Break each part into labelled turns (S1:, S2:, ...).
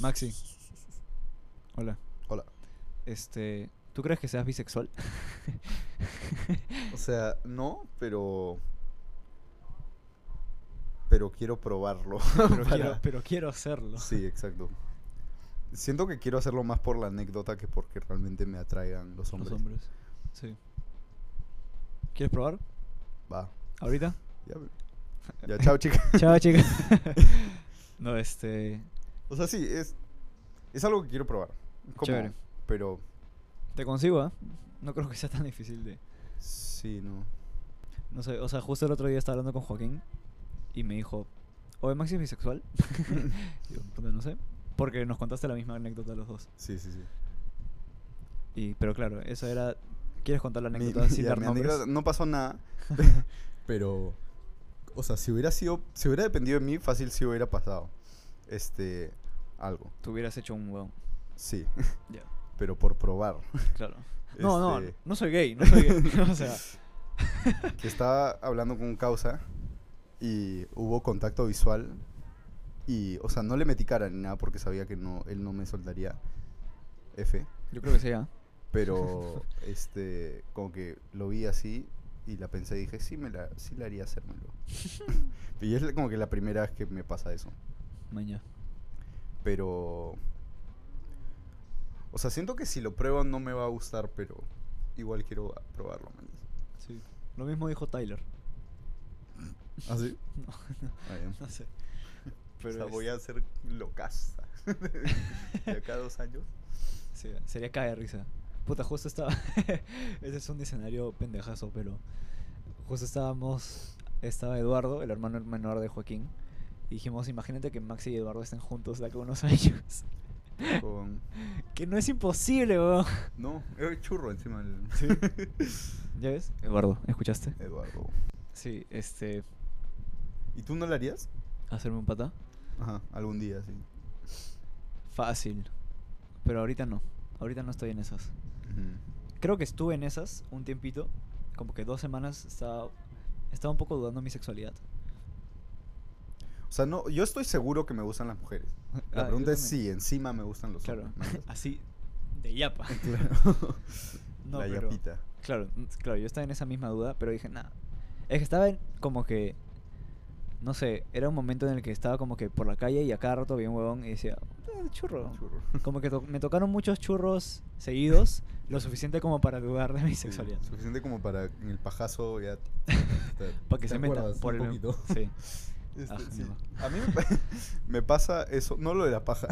S1: Maxi. Hola.
S2: Hola.
S1: Este, ¿tú crees que seas bisexual?
S2: O sea, no, pero. Pero quiero probarlo.
S1: Pero,
S2: para-
S1: quiero, pero quiero hacerlo.
S2: Sí, exacto. Siento que quiero hacerlo más por la anécdota que porque realmente me atraigan los hombres.
S1: Los hombres. Sí. ¿Quieres probar?
S2: Va.
S1: ¿Ahorita?
S2: Ya, ya, chao, chicas.
S1: Chao, chicas. no, este.
S2: O sea, sí, es, es algo que quiero probar. Como-
S1: Chévere.
S2: Pero
S1: Te consigo, ¿ah? No creo que sea tan difícil de.
S2: sí, no.
S1: No sé, o sea, justo el otro día estaba hablando con Joaquín y me dijo, ¿Oye, Maxi es bisexual? Y yo, "Puta, no sé. Porque nos contaste la misma anécdota los dos.
S2: Sí, sí, sí.
S1: Y, pero claro, eso era. ¿Quieres contar la
S2: Mi-
S1: anécdota sin
S2: ya,
S1: dar
S2: mi
S1: nombres?
S2: anécdota- no pasó nada. pero o sea, si hubiera sido si hubiera dependido de mí, fácil si hubiera pasado. Este algo.
S1: Te hubieras hecho un huevón.
S2: Sí,
S1: Ya,
S2: pero por probar.
S1: claro. No, no,
S2: Este-
S1: no soy gay, no soy gay. o sea,
S2: que estaba hablando con un causa y hubo contacto visual y, o sea, no le metí cara ni nada porque sabía que no, él no me soltaría F,
S1: yo creo que sí, ¿ah?
S2: pero este, como que lo vi así y la pensé y dije, sí, me la, sí le haría hacérmelo. y es la- como que la primera vez que me pasa eso,
S1: Maña.
S2: pero, o sea, siento que si lo pruebo no me va a gustar, pero igual quiero probarlo. man.
S1: Sí. Lo mismo dijo Tyler.
S2: ¿Ah, sí?
S1: No, no,
S2: Ah, ya.
S1: no sé.
S2: O
S1: Pero
S2: sea,
S1: es-
S2: voy a ser locas de acá a dos años.
S1: Sí, sería caer de risa. Puta, justo estaba. Ese es un escenario pendejazo, pero. Justo estábamos. Estaba Eduardo, el hermano menor de Joaquín. Y dijimos: Imagínate que Maxi y Eduardo estén juntos de acá a unos años.
S2: Con...
S1: que no es imposible, weón.
S2: No, era churro encima. del-
S1: ¿Ya ves? Eduardo, ¿escuchaste?
S2: Eduardo.
S1: Sí, este.
S2: ¿Y tú no lo harías?
S1: ¿Hacerme un pata?
S2: Ajá, algún día, sí.
S1: Fácil. Pero ahorita no. Ahorita no estoy en esas. Creo que estuve en esas un tiempito, como que dos semanas estaba, estaba un poco dudando mi sexualidad.
S2: O sea, no, yo estoy seguro que me gustan las mujeres.
S1: Ah,
S2: La
S1: yo
S2: pregunta es
S1: también.
S2: si encima me gustan los
S1: Claro,
S2: hombres. mañas.
S1: así de yapa.
S2: Claro.
S1: No,
S2: la
S1: pero-
S2: yapita.
S1: Claro, n- claro, yo estaba en esa misma duda, pero dije, nada. Es que estaba en- como que, no sé, era un momento en el que estaba como que por la calle y a cada rato había un huevón y decía, "Eh, churro.
S2: Churro.
S1: Como que to- me tocaron muchos churros seguidos, lo suficiente como para dudar de mi
S2: Sí,
S1: sexualidad.
S2: suficiente como para en el pajazo ya.
S1: Para que se meta por el
S2: poquito.
S1: Sí.
S2: Este,
S1: Ah,
S2: sí.
S1: no.
S2: A mí me, pa- me pasa eso, no lo de la paja.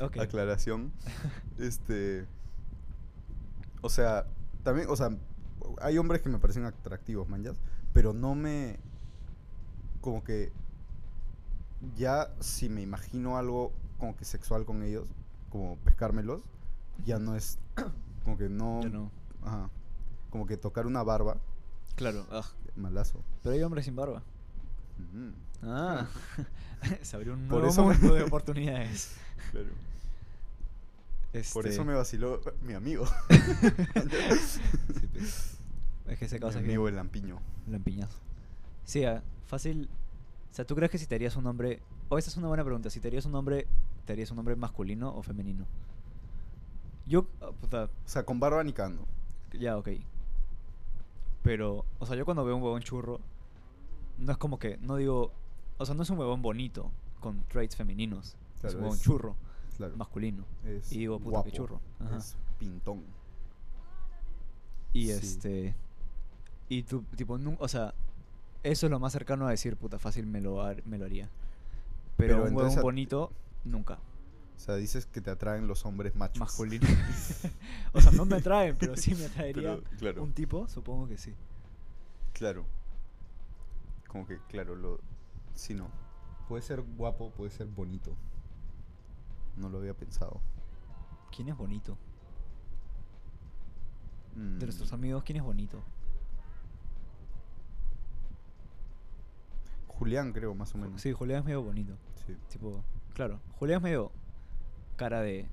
S1: Ok.
S2: Aclaración. Este. O sea, también, o sea, hay hombres que me parecen atractivos, manjas, pero no me. Como que. Ya si me imagino algo como que sexual con ellos, como pescármelos, ya no es. Como que no.
S1: Yo no.
S2: Ajá. Como que tocar una barba,
S1: Claro. ah,
S2: malazo.
S1: Pero hay hombres sin barba.
S2: Ujú.
S1: Ah, se abrió un
S2: Por
S1: nuevo
S2: eso me-
S1: mundo de oportunidades.
S2: Por
S1: Este,
S2: eso me vaciló mi amigo.
S1: sí, pues. Es que se
S2: mi
S1: causa
S2: amigo
S1: bien
S2: el lampiño.
S1: lampiñazo. Sí, ah, fácil. O sea, ¿tú crees que si te harías un hombre... O esta es una buena pregunta. Si te harías un hombre, ¿te harías un hombre masculino o femenino? Yo... ah, puta,
S2: O sea, con barba ni cagando.
S1: ya, ok. Pero, o sea, yo cuando veo un huevón churro, no es como que... No digo... O sea, no es un huevón bonito con traits femeninos. es
S2: Claro,
S1: un huevón
S2: es-
S1: churro
S2: Claro.
S1: masculino.
S2: Es
S1: Y digo, puta, qué churro. Ajá.
S2: Es pintón.
S1: Y
S2: Sí.
S1: este. Y tú, tipo, nun- o sea, eso es lo más cercano a decir, puta, fácil me lo, har- me lo haría. Pero,
S2: Pero
S1: un
S2: entonces
S1: huevón
S2: a-
S1: bonito, nunca.
S2: O sea, dices que te atraen los hombres machos.
S1: Masculino. o sea, no me atraen, pero sí me atraería.
S2: Pero, claro,
S1: Un tipo, supongo que sí.
S2: claro. Como que, claro, lo... Si no. Puede ser guapo, puede ser bonito. No lo había pensado.
S1: ¿Quién es bonito? De nuestros
S2: Mm,
S1: amigos, ¿quién es bonito?
S2: Julián, creo, más o
S1: Ju-
S2: menos.
S1: Sí, Julián es medio bonito.
S2: Sí.
S1: Tipo, claro, Julián es medio cara de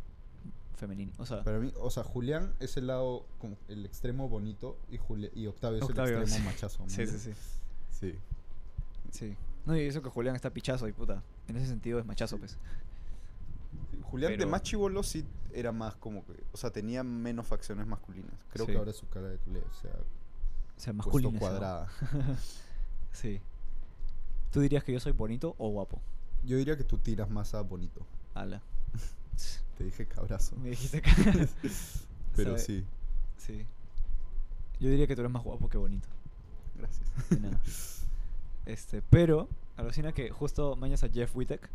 S1: femenino. O sea,
S2: Para mí, o sea, Julián es el lado, como el extremo bonito y, Juli- y Octavio, es
S1: Octavio,
S2: el
S1: sí.
S2: extremo machazo.
S1: sí,
S2: ¿me
S1: sí,
S2: entiendes?
S1: sí.
S2: Sí.
S1: Sí. No, y eso que Julián está pichazo y puta. En ese sentido es machazo,
S2: Sí.
S1: pues.
S2: Julián de
S1: Pero-
S2: más chivolo sí era más como que. O sea, tenía menos facciones masculinas. Creo
S1: Sí.
S2: que ahora su cara de culé o sea
S1: O sea,
S2: puesto
S1: masculino.
S2: cuadrada.
S1: sí. ¿Tú dirías que yo soy bonito o guapo?
S2: Yo diría que tú tiras más a bonito.
S1: Ala.
S2: Te dije cabrazo.
S1: Me dijiste que...
S2: Pero
S1: Sabe-
S2: sí.
S1: sí. Yo diría que tú eres más guapo que bonito.
S2: Gracias.
S1: De nada. Este, pero, alucina que justo mañas a Jeff Wittek.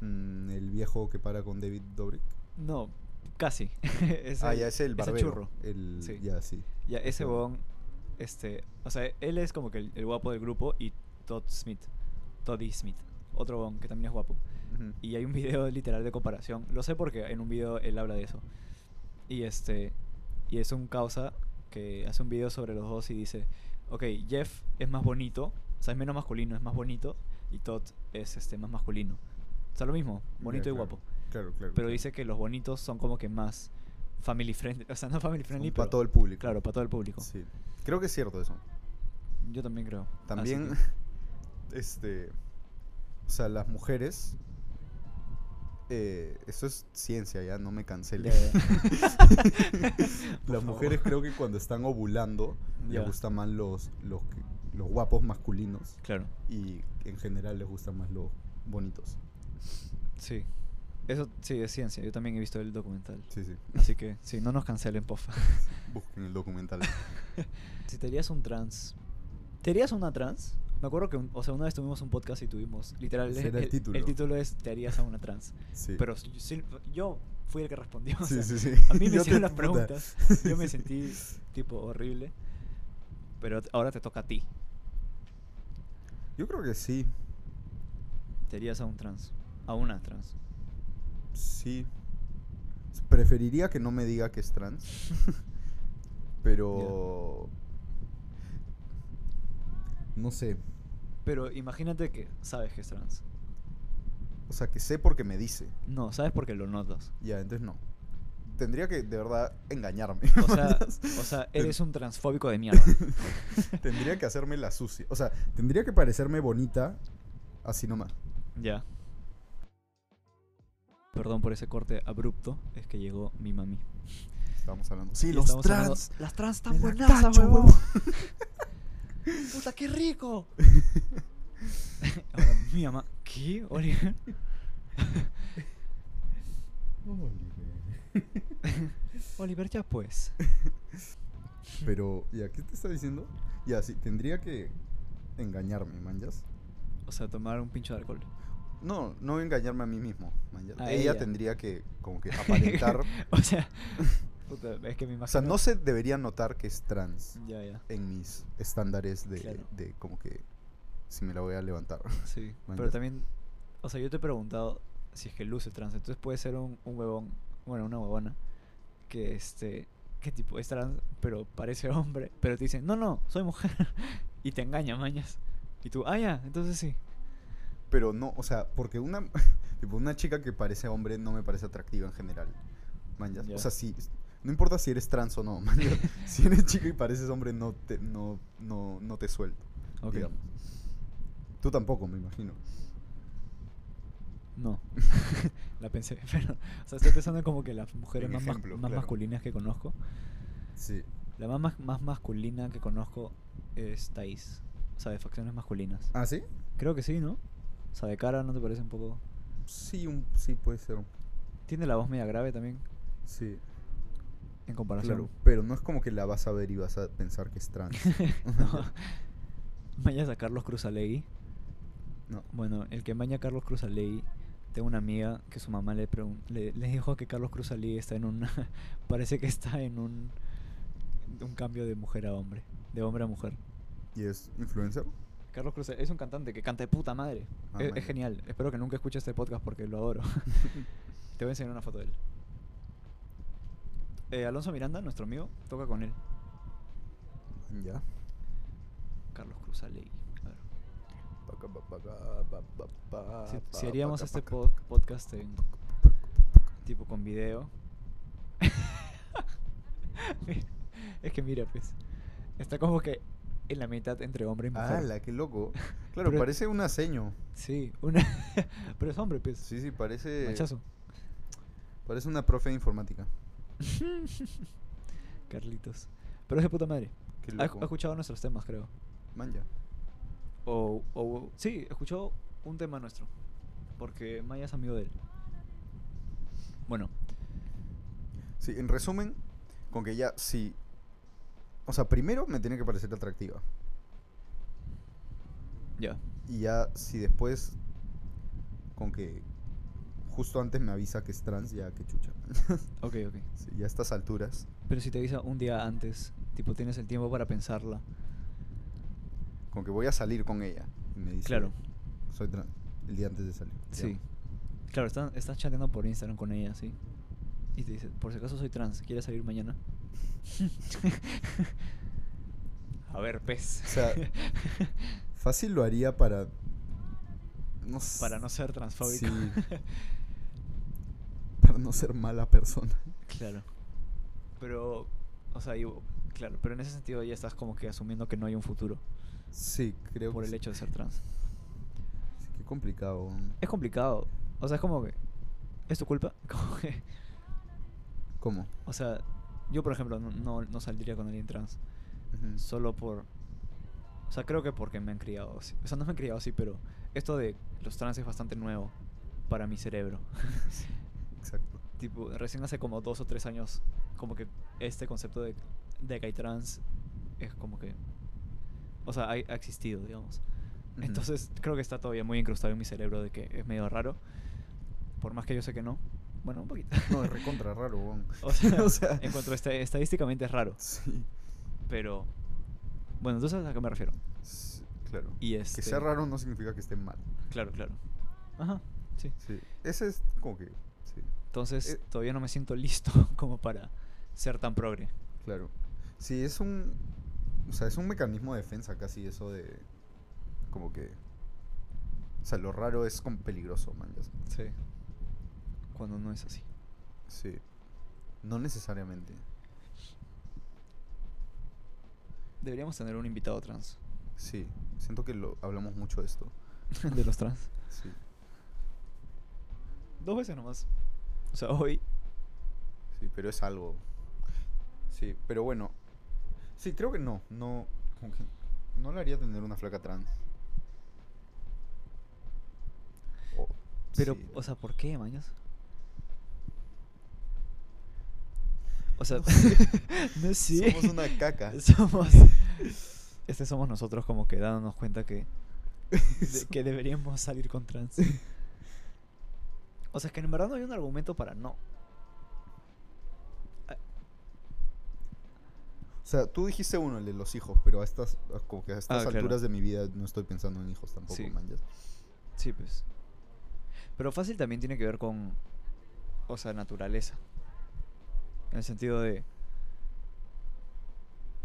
S2: Mm, el viejo que para con David Dobrik.
S1: No, casi. Es
S2: ah, ya es el barbero.
S1: churro.
S2: El,
S1: Sí.
S2: Ya, sí.
S1: Ya, ese
S2: Claro.
S1: huevón, este, o sea, él es como que el, el guapo del grupo y Todd Smith, Toddy Smith, otro huevón que también es guapo.
S2: Ujú.
S1: Y hay un video literal de comparación, lo sé porque en un video él habla de eso. Y este, y es un causa que hace un video sobre los dos y dice, ok, Jeff es más bonito, o sea, es menos masculino, es más bonito, y Todd es este, más masculino. O sea, lo mismo,
S2: Ya,
S1: bonito y
S2: claro.
S1: guapo.
S2: Claro, claro.
S1: Pero
S2: claro.
S1: dice que los bonitos son como que más family friendly, o sea, no family friendly,
S2: Un para
S1: pero-
S2: todo el público.
S1: Claro, para todo el público.
S2: Sí. Creo que es cierto eso.
S1: Yo también creo. Así
S2: También,
S1: que-
S2: este. O sea, las mujeres. eh, eso es ciencia, ya no me cancelen.
S1: Ya, ya. Por
S2: las
S1: favor.
S2: mujeres creo que cuando están ovulando
S1: Ya.
S2: les gustan más los, los, que- los guapos masculinos
S1: Claro,
S2: y en general les gustan más los bonitos.
S1: sí. Eso sí es ciencia. Yo también he visto el documental.
S2: Sí, sí.
S1: Así que, sí, no nos cancelen, pofa.
S2: Busquen el documental.
S1: si te harías un trans. ¿Te harías una trans? Me acuerdo que, un- o sea, una vez tuvimos un podcast y tuvimos, literal,
S2: Ese era el título.
S1: el título es Te harías a una trans.
S2: Sí.
S1: Pero yo, sí- yo fui el que respondió. o sea,
S2: Sí, sí, sí.
S1: A mí me
S2: Yo te-
S1: hicieron las
S2: puta.
S1: preguntas. Yo me sentí, tipo, horrible. Pero ahora te toca a ti.
S2: Yo creo que sí.
S1: Te harías a un trans. A una trans.
S2: Sí. Preferiría que no me diga que es trans. pero. No sé.
S1: Pero imagínate que sabes que es trans.
S2: O sea, que sé porque me dice.
S1: No, sabes porque lo notas.
S2: Ya, entonces no. Tendría que, de verdad, engañarme.
S1: O sea, o sea, eres un transfóbico de mierda.
S2: tendría que hacerme la sucia. O sea, tendría que parecerme bonita así nomás.
S1: ya. Perdón por ese corte abrupto, es que llegó mi mami.
S2: Estábamos hablando. Sí,
S1: Y
S2: los
S1: estamos
S2: trans.
S1: hablando- las trans están
S2: me la
S1: buenas,
S2: cacho,
S1: huevón.
S2: huevón.
S1: Puta, qué rico. Ahora, mi mamá, ¿qué? Oliver? Oliver, ya pues.
S2: Pero, ¿ya qué te está diciendo? Ya, sí, tendría que engañarme, manjas.
S1: O sea, tomar un pincho de alcohol.
S2: No, no engañarme a mí mismo, manjas.
S1: A
S2: ella,
S1: ella.
S2: tendría que, como que, aparentar.
S1: O sea, puta, es que me imagino.
S2: o sea, no se debería notar que es trans
S1: Ya, ya.
S2: en mis estándares de,
S1: Claro.
S2: de como que, si me la voy a levantar.
S1: Sí, pero
S2: Manchas.
S1: también, o sea, yo te he preguntado si es que luce trans, entonces puede ser un, un huevón, bueno, una huevona, que este, que tipo es trans, pero parece hombre, pero te dicen, no, no, soy mujer, y te engaña, mañas. Y tú, ah, ya, entonces sí.
S2: Pero no, o sea, porque una, tipo, una chica que parece hombre no me parece atractiva en general, manjas.
S1: Ya.
S2: O sea, si, no importa si eres trans o no, manjas. si eres chica y pareces hombre, no te, no, no, no te suelto.
S1: Ok.
S2: digamos. Tú tampoco, me imagino.
S1: No, la pensé, pero, o sea, estoy pensando como que las mujeres
S2: En
S1: más, mas-
S2: ejemplos,
S1: más
S2: claro.
S1: masculinas que conozco,
S2: Sí.
S1: la más, mas- más masculina que conozco es Thais, o sea, de facciones masculinas.
S2: ¿Ah, sí?
S1: Creo que sí, ¿no? O sea, de cara no te parece un poco...
S2: Sí, un- sí puede ser.
S1: Tiene la voz media grave también,
S2: Sí,
S1: en comparación.
S2: claro. Pero no es como que la vas a ver y vas a pensar que es trans.
S1: No. Mañas a Carlos Cruzaley.
S2: no.
S1: Bueno, el que maña a Carlos Cruzaley, tengo una amiga que su mamá le, pregun- le, le dijo que Carlos Cruzaley está en un... parece que está en un, un cambio de mujer a hombre, de hombre a mujer.
S2: ¿Y es influencer?
S1: Carlos Cruzaley es un cantante que canta de puta madre.
S2: Ah,
S1: es, es
S2: maña.
S1: genial. Espero que nunca escuche este podcast porque lo adoro. Te voy a enseñar una foto de él. Eh, Alonso Miranda, nuestro amigo, toca con él.
S2: Ya.
S1: Carlos Cruzaley. A ver. Si, si haríamos este po- podcast en- tipo con video. es que mira, pues. Está como que en la mitad entre hombre y mujer.
S2: ¡Hala, qué loco! Claro,
S1: Pero-
S2: parece un aceño.
S1: Sí, una. Pero es hombre, pues.
S2: Sí, sí, parece.
S1: Machazo.
S2: Parece una profe de informática.
S1: Carlitos. Pero es de puta madre.
S2: Qué
S1: Ha, ha
S2: loco.
S1: escuchado nuestros temas, creo.
S2: Manja.
S1: O, o- sí, escuchó un tema nuestro. Porque Maya es amigo de él. Bueno,
S2: Sí, en resumen, con que ya sí. O sea, primero me tiene que parecer atractiva.
S1: ya.
S2: Y ya si después. Con que. Justo antes me avisa que es trans, ya que chucha.
S1: Ok, ok.
S2: Sí, ya a estas alturas.
S1: Pero si te avisa un día antes, tipo tienes el tiempo para pensarla.
S2: Con que voy a salir con ella. Y me dice.
S1: Claro.
S2: Soy trans. El día antes de salir. ya.
S1: Sí. Claro, están- estás chateando por Instagram con ella, sí. Y te dice, por si acaso soy trans, ¿quieres salir mañana? A ver, pez.
S2: O sea, Fácil lo haría para. No s-
S1: para no ser transfóbico.
S2: Sí. Para no ser mala persona.
S1: claro. Pero, o sea, yo- claro, pero en ese sentido ya estás como que asumiendo que no hay un futuro
S2: Sí, creo
S1: por
S2: que
S1: el
S2: sí.
S1: hecho de ser trans.
S2: Sí, Qué complicado.
S1: Es complicado. O sea, es como que, ¿es tu culpa? Como que,
S2: ¿Cómo?
S1: o sea, yo por ejemplo no- no, no saldría con alguien trans.
S2: Ujú.
S1: solo por... O sea, creo que porque me han criado así. O sea, no me han criado así, pero esto de los trans es bastante nuevo para mi cerebro.
S2: Exacto.
S1: tipo, recién hace como dos o tres años, como que este concepto de, de que hay trans es como que... O sea, hay- ha existido, digamos.
S2: Ujú.
S1: Entonces, creo que está todavía muy incrustado en mi cerebro de que es medio raro. Por más que yo sé que no. Bueno, un poquito.
S2: No, es recontra raro, weón.
S1: o sea,
S2: O sea-
S1: en cuanto a esta- estadísticamente es raro.
S2: Sí.
S1: Pero... Bueno, entonces a qué me refiero.
S2: sí, Claro.
S1: Y este...
S2: Que sea raro no significa que esté mal.
S1: Claro, claro. Ajá, sí.
S2: Sí. Ese es como que. Sí.
S1: Entonces,
S2: Eh,
S1: todavía no me siento listo como para ser tan progre.
S2: Claro. Sí, es un. O sea, es un mecanismo de defensa casi eso de. Como que. O sea, lo raro es como peligroso, man. ya sabes.
S1: Sí. Cuando no es así.
S2: Sí. No necesariamente.
S1: Deberíamos tener un invitado trans.
S2: Sí. Siento que lo hablamos mucho de esto.
S1: de los trans.
S2: Sí.
S1: Dos veces nomás. O sea, hoy.
S2: Sí, pero es algo. Sí, pero bueno. Sí, creo que no. No. como que no le haría tener una flaca trans. O-
S1: Pero,
S2: Oh, sí,
S1: o sea, ¿por qué, mañas? O sea,
S2: No sé.
S1: no sé.
S2: Somos una caca.
S1: Somos. Este somos nosotros como que dándonos cuenta que. de- que deberíamos salir con trans. O sea, es que en verdad no hay un argumento para no.
S2: O sea, tú dijiste uno, el de los hijos, pero a estas, a- como que a estas
S1: Ah, claro.
S2: alturas de mi vida no estoy pensando en hijos tampoco,
S1: Sí.
S2: manjas.
S1: Sí, pues. Pero fácil también tiene que ver con. O sea, naturaleza. En el sentido de.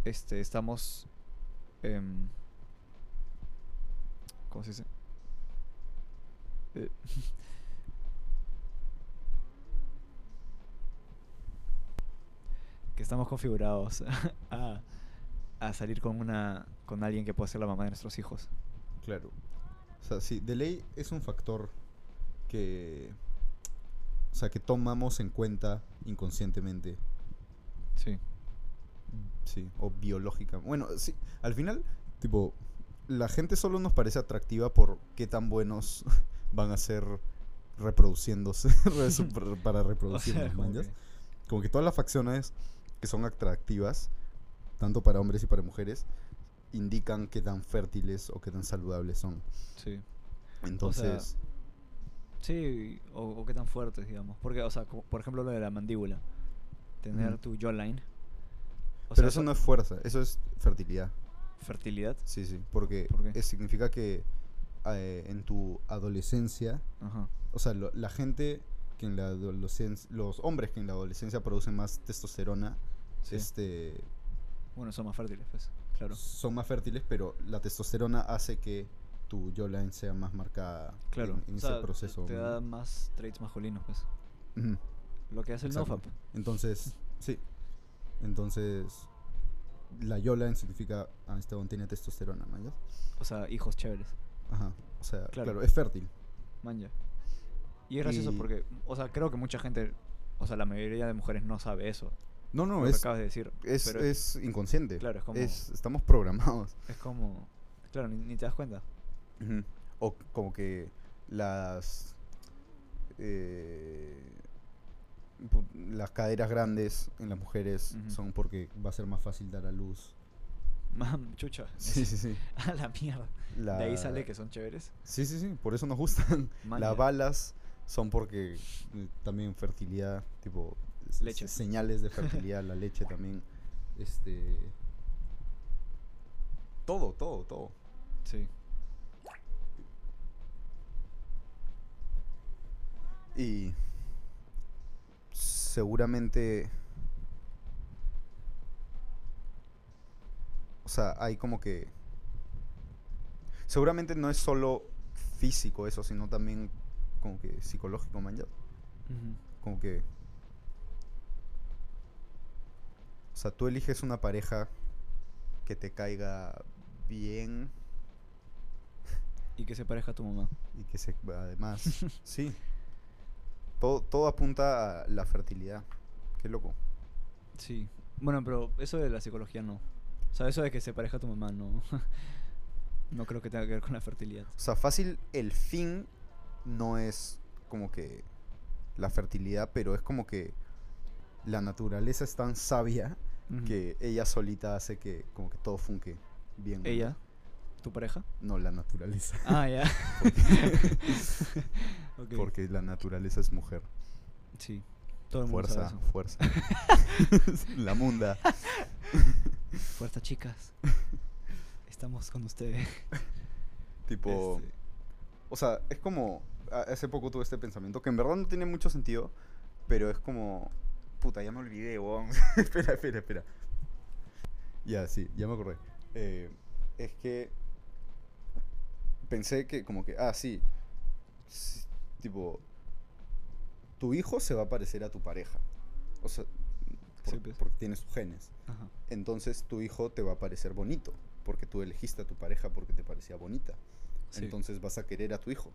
S1: Este, estamos. em, ¿Cómo se dice? Eh, que estamos configurados a, a salir con una con alguien que pueda ser la mamá de nuestros hijos.
S2: Claro. O sea, sí, de ley es un factor que. O sea, que tomamos en cuenta inconscientemente.
S1: Sí.
S2: Sí, o biológica. Bueno, sí, al final, tipo, la gente solo nos parece atractiva por qué tan buenos van a ser reproduciéndose re- su- pr- para reproducirnos, manjas. Como que todas las facciones que son atractivas, tanto para hombres y para mujeres, indican qué tan fértiles o qué tan saludables son.
S1: Sí.
S2: Entonces,
S1: Sí, o, o qué tan fuertes, digamos. Porque, o sea, como- por ejemplo, lo de la mandíbula. Tener
S2: Ujú.
S1: tu jawline. O
S2: pero eso no es fuerza, eso es fertilidad.
S1: Fertilidad.
S2: Sí, sí, porque
S1: ¿Por qué?
S2: es- significa que eh, en tu adolescencia
S1: Ajá.
S2: O sea, lo- la gente que en la adolescencia, los hombres que en la adolescencia producen más testosterona,
S1: Sí.
S2: este,
S1: Bueno, son más fértiles, pues. Claro.
S2: son más fértiles, pero la testosterona hace que tu jawline sea más marcada
S1: Claro.
S2: en, en
S1: o
S2: ese
S1: sea, te-
S2: proceso.
S1: Te
S2: ¿no?
S1: da más traits masculinos, pues.
S2: Ujú,
S1: Lo que hace el
S2: exacto.
S1: NoFap.
S2: Entonces, sí. Entonces, la Yola significa ah, este don tiene testosterona, manjas.
S1: O sea, hijos chéveres.
S2: Ajá. O sea,
S1: Claro.
S2: claro, es fértil.
S1: Manja. Y es gracioso
S2: Y-
S1: porque, o sea, creo que mucha gente, o sea, la mayoría de mujeres no sabe eso.
S2: No,
S1: lo
S2: no,
S1: que
S2: es,
S1: acabas de decir.
S2: es,
S1: pero
S2: es inconsciente.
S1: Claro, es como-
S2: Es- estamos programados.
S1: es como. Claro, ni, ni te das cuenta.
S2: Ujú. O como que las. eh, pu- las caderas grandes en las mujeres
S1: Ujú.
S2: son porque va a ser más fácil dar a luz.
S1: Mam, chucha.
S2: Sí, sí, sí.
S1: A la mierda.
S2: La-
S1: De ahí sale que son chéveres.
S2: Sí, sí, sí. Por eso nos gustan.
S1: Maña.
S2: Las balas son porque eh, también fertilidad, tipo. s-
S1: Leche.
S2: se- Señales de fertilidad, la leche también. Este. Todo, todo, todo.
S1: Sí.
S2: Y seguramente... O sea, hay como que... Seguramente no es solo físico eso, sino también como que psicológico, man. ya.
S1: Ujú.
S2: Como que... O sea, tú eliges una pareja que te caiga bien
S1: Y que se parezca a tu mamá.
S2: y que se... Además, sí. Todo, todo apunta a la fertilidad. Qué loco.
S1: Sí. Bueno, pero eso de la psicología no. O sea, eso de que se parezca a tu mamá no. no creo que tenga que ver con la fertilidad.
S2: O sea, fácil, el fin no es como que la fertilidad, pero es como que la naturaleza es tan sabia
S1: Ujú.
S2: que ella solita hace que como que todo funque bien. ¿no?
S1: ¿Ella? ¿Tu pareja?
S2: No, la naturaleza.
S1: Ah, ya. Ok.
S2: Porque la naturaleza es mujer.
S1: Sí. Todo el mundo sabe
S2: Fuerza,
S1: eso.
S2: fuerza. la munda.
S1: Fuerza, chicas. Estamos con ustedes.
S2: Tipo...
S1: Este,
S2: O sea, es como. a- Hace poco tuve este pensamiento que en verdad no tiene mucho sentido, pero es como. Puta, ya me olvidé, weón. espera, espera, espera. Ya, sí, ya me acordé. Eh, es que. Pensé que, como que. Ah, sí. s- tipo. Tu hijo se va a parecer a tu pareja. O sea, por-
S1: Sí, pues.
S2: porque tiene sus genes.
S1: ajá.
S2: Entonces tu hijo te va a parecer bonito. Porque tú elegiste a tu pareja porque te parecía bonita.
S1: Sí.
S2: Entonces vas a querer a tu hijo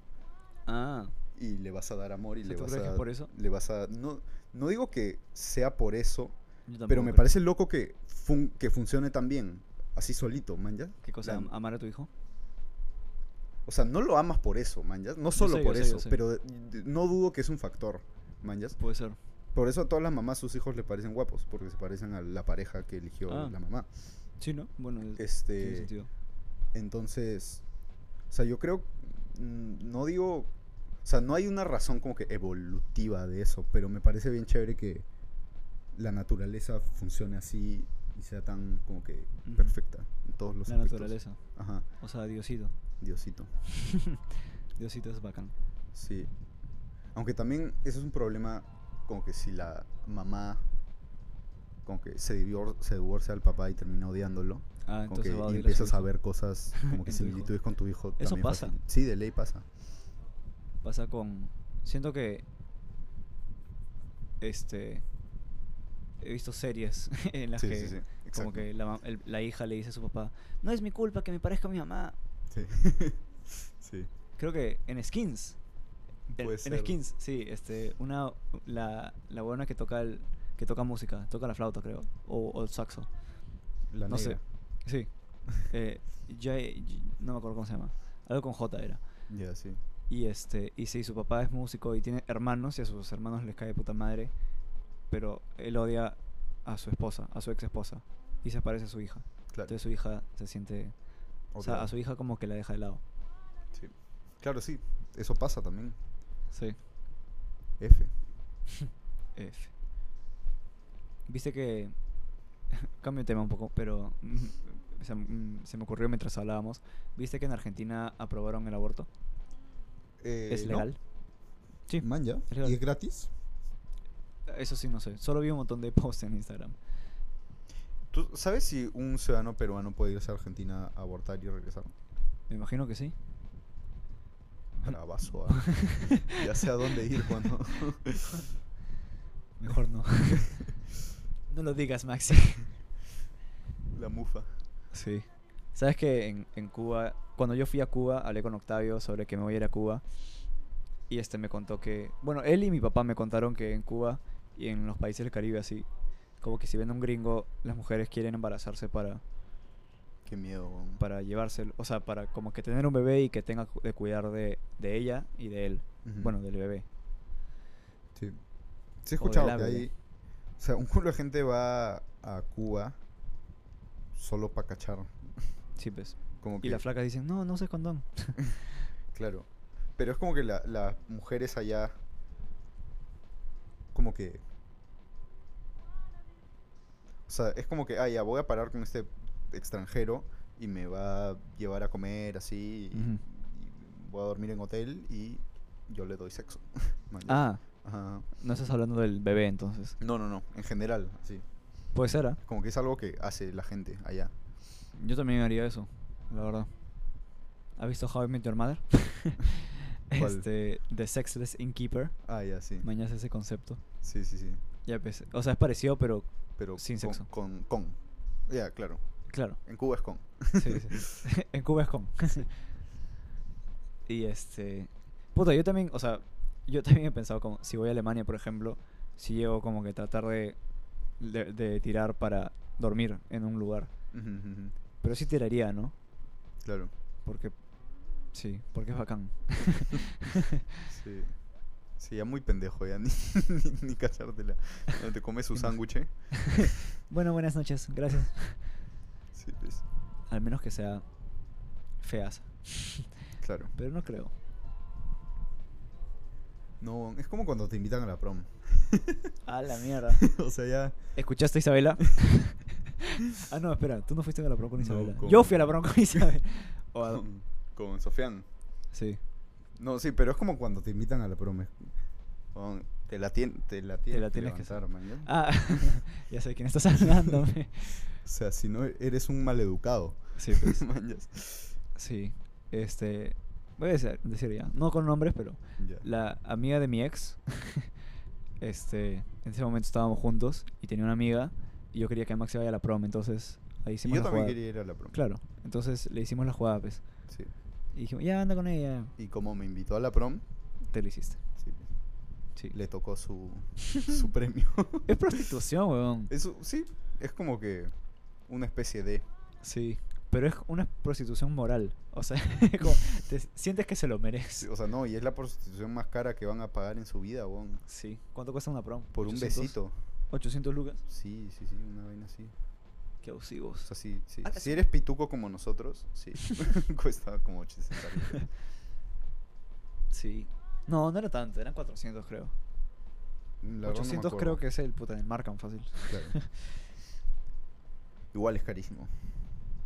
S1: Ah,
S2: y le vas a dar amor y
S1: sea,
S2: le
S1: ¿tú
S2: vas
S1: crees que
S2: a
S1: es por eso?
S2: le vas a no no digo que sea por eso
S1: yo tampoco
S2: pero me
S1: creo.
S2: parece loco que fun- que funcione tan bien así solito man ya
S1: ¿Qué cosa?
S2: La-
S1: am- ¿Amar a tu hijo?
S2: o sea no lo amas por eso man ya no solo
S1: sé, yo
S2: por
S1: sé, yo
S2: eso
S1: sé.
S2: pero de- de- no dudo que es un factor man ya
S1: Puede ser.
S2: por eso a todas las mamás sus hijos le parecen guapos porque se parecen a la pareja que eligió
S1: Ah.
S2: la mamá
S1: Sí, ¿no? Bueno, es- tiene
S2: este
S1: sentido.
S2: entonces o sea yo creo mm, no digo O sea, no hay una razón como que evolutiva de eso, pero me parece bien chévere que la naturaleza funcione así y sea tan como que
S1: Ujú.
S2: perfecta en todos los
S1: La
S2: aspectos.
S1: naturaleza.
S2: Ajá,
S1: O sea, Diosito.
S2: Diosito.
S1: Diosito es bacán.
S2: Sí. Aunque también eso es un problema como que si la mamá como que se, divor- se divorcia al papá y termina odiándolo,
S1: Ah,
S2: como que
S1: entonces va a
S2: y
S1: odiar su
S2: empiezas a
S1: hijo.
S2: ver cosas como
S1: En tu
S2: que
S1: hijo.
S2: similitudes con tu hijo.
S1: Eso
S2: también
S1: pasa.
S2: fácil. Sí, de ley pasa.
S1: Pasa con. Siento que. Este. He visto series en las
S2: Sí,
S1: que.
S2: sí, sí,
S1: Como
S2: exacto.
S1: que la, ma- el- la hija le dice a su papá: No es mi culpa que me parezca a mi mamá.
S2: Sí. sí.
S1: Creo que en Skins. En,
S2: Puede
S1: en
S2: ser.
S1: Skins, sí. Este, una, la, la buena que toca, el, que toca música, toca la flauta, creo. O, o el saxo.
S2: La
S1: no sé.
S2: negra.
S1: Sí. Eh, Jay- no me acuerdo cómo se llama. Algo con J era.
S2: Ya, sí.
S1: Y este, y sí, su papá es músico y tiene hermanos y a sus hermanos les cae de puta madre, pero él odia a su esposa, a su ex esposa, y se parece a su hija.
S2: Claro.
S1: Entonces su hija se siente, o sea, a
S2: Odiado.
S1: su hija como que la deja de lado.
S2: Sí. Claro, sí. Eso pasa también.
S1: Sí.
S2: F.
S1: F. Viste que cambio de tema un poco, pero mm, se, mm, se me ocurrió mientras hablábamos, ¿viste que en Argentina aprobaron el aborto? ¿Es
S2: Eh, ¿no?
S1: legal? Sí.
S2: Man, ya.
S1: Es legal.
S2: ¿Y es gratis?
S1: Eso sí no sé, solo vi un montón de posts en Instagram.
S2: ¿Tú sabes si un ciudadano peruano puede irse a Argentina a abortar y regresar?
S1: Me imagino que sí.
S2: Bravazo. ah. ya sé a dónde ir cuando.
S1: Mejor no. no lo digas, Maxi.
S2: La mufa.
S1: Sí. ¿Sabes que en, en Cuba, cuando yo fui a Cuba, hablé con Octavio sobre que me voy a ir a Cuba? Y este me contó que, bueno, él y mi papá me contaron que en Cuba y en los países del Caribe así, como que si ven a un gringo, las mujeres quieren embarazarse para,
S2: Qué miedo, weón.
S1: para llevárselo, o sea, para como que tener un bebé y que tenga cu- de cuidar de, de ella y de él,
S2: Ujú.
S1: bueno, del bebé.
S2: Sí. Sí, he
S1: O del
S2: escuchado que
S1: ave.
S2: hay. O sea, un culo de gente va a Cuba solo para cachar.
S1: Sí, pues.
S2: Como que,
S1: Y las flacas dicen, no, no uses condón.
S2: Claro. Pero es como que la- las mujeres allá. Como que. O sea, es como que, ah, ya voy a parar con este extranjero y me va a llevar a comer así. y-
S1: Ujú.
S2: y voy a dormir en hotel y yo le doy sexo. Mañas.
S1: Ah,
S2: Ajá.
S1: no estás hablando del bebé entonces.
S2: No, no, no. En general, sí.
S1: Puede ser, ¿ah?
S2: Como que es algo que hace la gente allá.
S1: Yo también haría eso, la verdad. ¿Has visto How I Met Your Mother?
S2: ¿Cuál?
S1: este, The Sexless Innkeeper.
S2: Ah, ya, sí.
S1: Mañana ese concepto.
S2: Sí, sí, sí.
S1: Ya, pues, o sea, es parecido, pero
S2: Pero
S1: Sin
S2: con-
S1: sexo.
S2: Con, con. Ya, claro.
S1: claro.
S2: En Cuba es con.
S1: Sí, sí. en Cuba es con. y este. Puta, yo también, o sea, yo también he pensado como, si voy a Alemania, por ejemplo, si llego como que tratar de, de, de tirar para dormir en un lugar.
S2: Ujú, ujú, ujú.
S1: Pero sí tiraría, ¿no?
S2: Claro.
S1: Porque. Sí, porque es bacán.
S2: Sí. Sí, ya muy pendejo, ya ni, ni, ni cachártela. Cuando te comes su
S1: Imagi-
S2: sándwich. ¿eh?
S1: Bueno, buenas noches, gracias.
S2: Sí, pues,
S1: Al menos que sea feas.
S2: claro.
S1: Pero no creo.
S2: No, es como cuando te invitan a la prom.
S1: A la mierda.
S2: o sea, ya.
S1: ¿Escuchaste a Isabela? ah, no, espera, tú no fuiste a la prom con
S2: No,
S1: Isabela.
S2: con-
S1: Yo fui a la prom con Isabela. O a-
S2: Con, con Sofian.
S1: Sí,
S2: No, sí, pero es como cuando te invitan a la prom. es- Con- Te la, tien- te la tienes
S1: la
S2: que
S1: tienes que hacer.
S2: levantar, man, ¿ya?
S1: Ah, ya sé de quién estás hablando. me.
S2: O sea, si no, eres un maleducado.
S1: Sí, pues.
S2: Man, ya.
S1: Sí. Este. Voy a decir, decir ya. No con nombres, pero.
S2: Ya.
S1: La amiga de mi ex. este. En ese momento estábamos juntos y tenía una amiga. Y yo quería que Max se vaya a la prom, entonces. Ahí
S2: Y
S1: hicimos
S2: yo
S1: la
S2: también
S1: jugada.
S2: quería ir a la prom.
S1: Claro. Entonces le hicimos la jugada, pues.
S2: Sí.
S1: Y dijimos, ya anda con ella.
S2: Y como me invitó a la prom,
S1: Te lo hiciste.
S2: sí,
S1: Sí.
S2: le tocó su, su premio.
S1: Es prostitución, weón.
S2: Eso, sí, es como que una especie de...
S1: Sí. Pero es una prostitución moral. O sea, como te sientes que se lo
S2: sí,
S1: merece.
S2: O sea, no, y es la prostitución más cara que van a pagar en su vida, weón.
S1: Sí. ¿Cuánto cuesta una prom?
S2: Por un
S1: 800,
S2: besito.
S1: 800 lucas.
S2: Sí, sí, sí, una vaina así.
S1: Qué
S2: O
S1: abusivos.
S2: sea, sí, sí.
S1: Ah,
S2: Si eres pituco como nosotros, sí. Cuesta como 80 lucas.
S1: Sí. No, no era tanto. Eran 400, creo.
S2: La verdad no me
S1: 800
S2: acuerdo.
S1: creo que es el puta del Markham fácil.
S2: Claro. Igual es carísimo.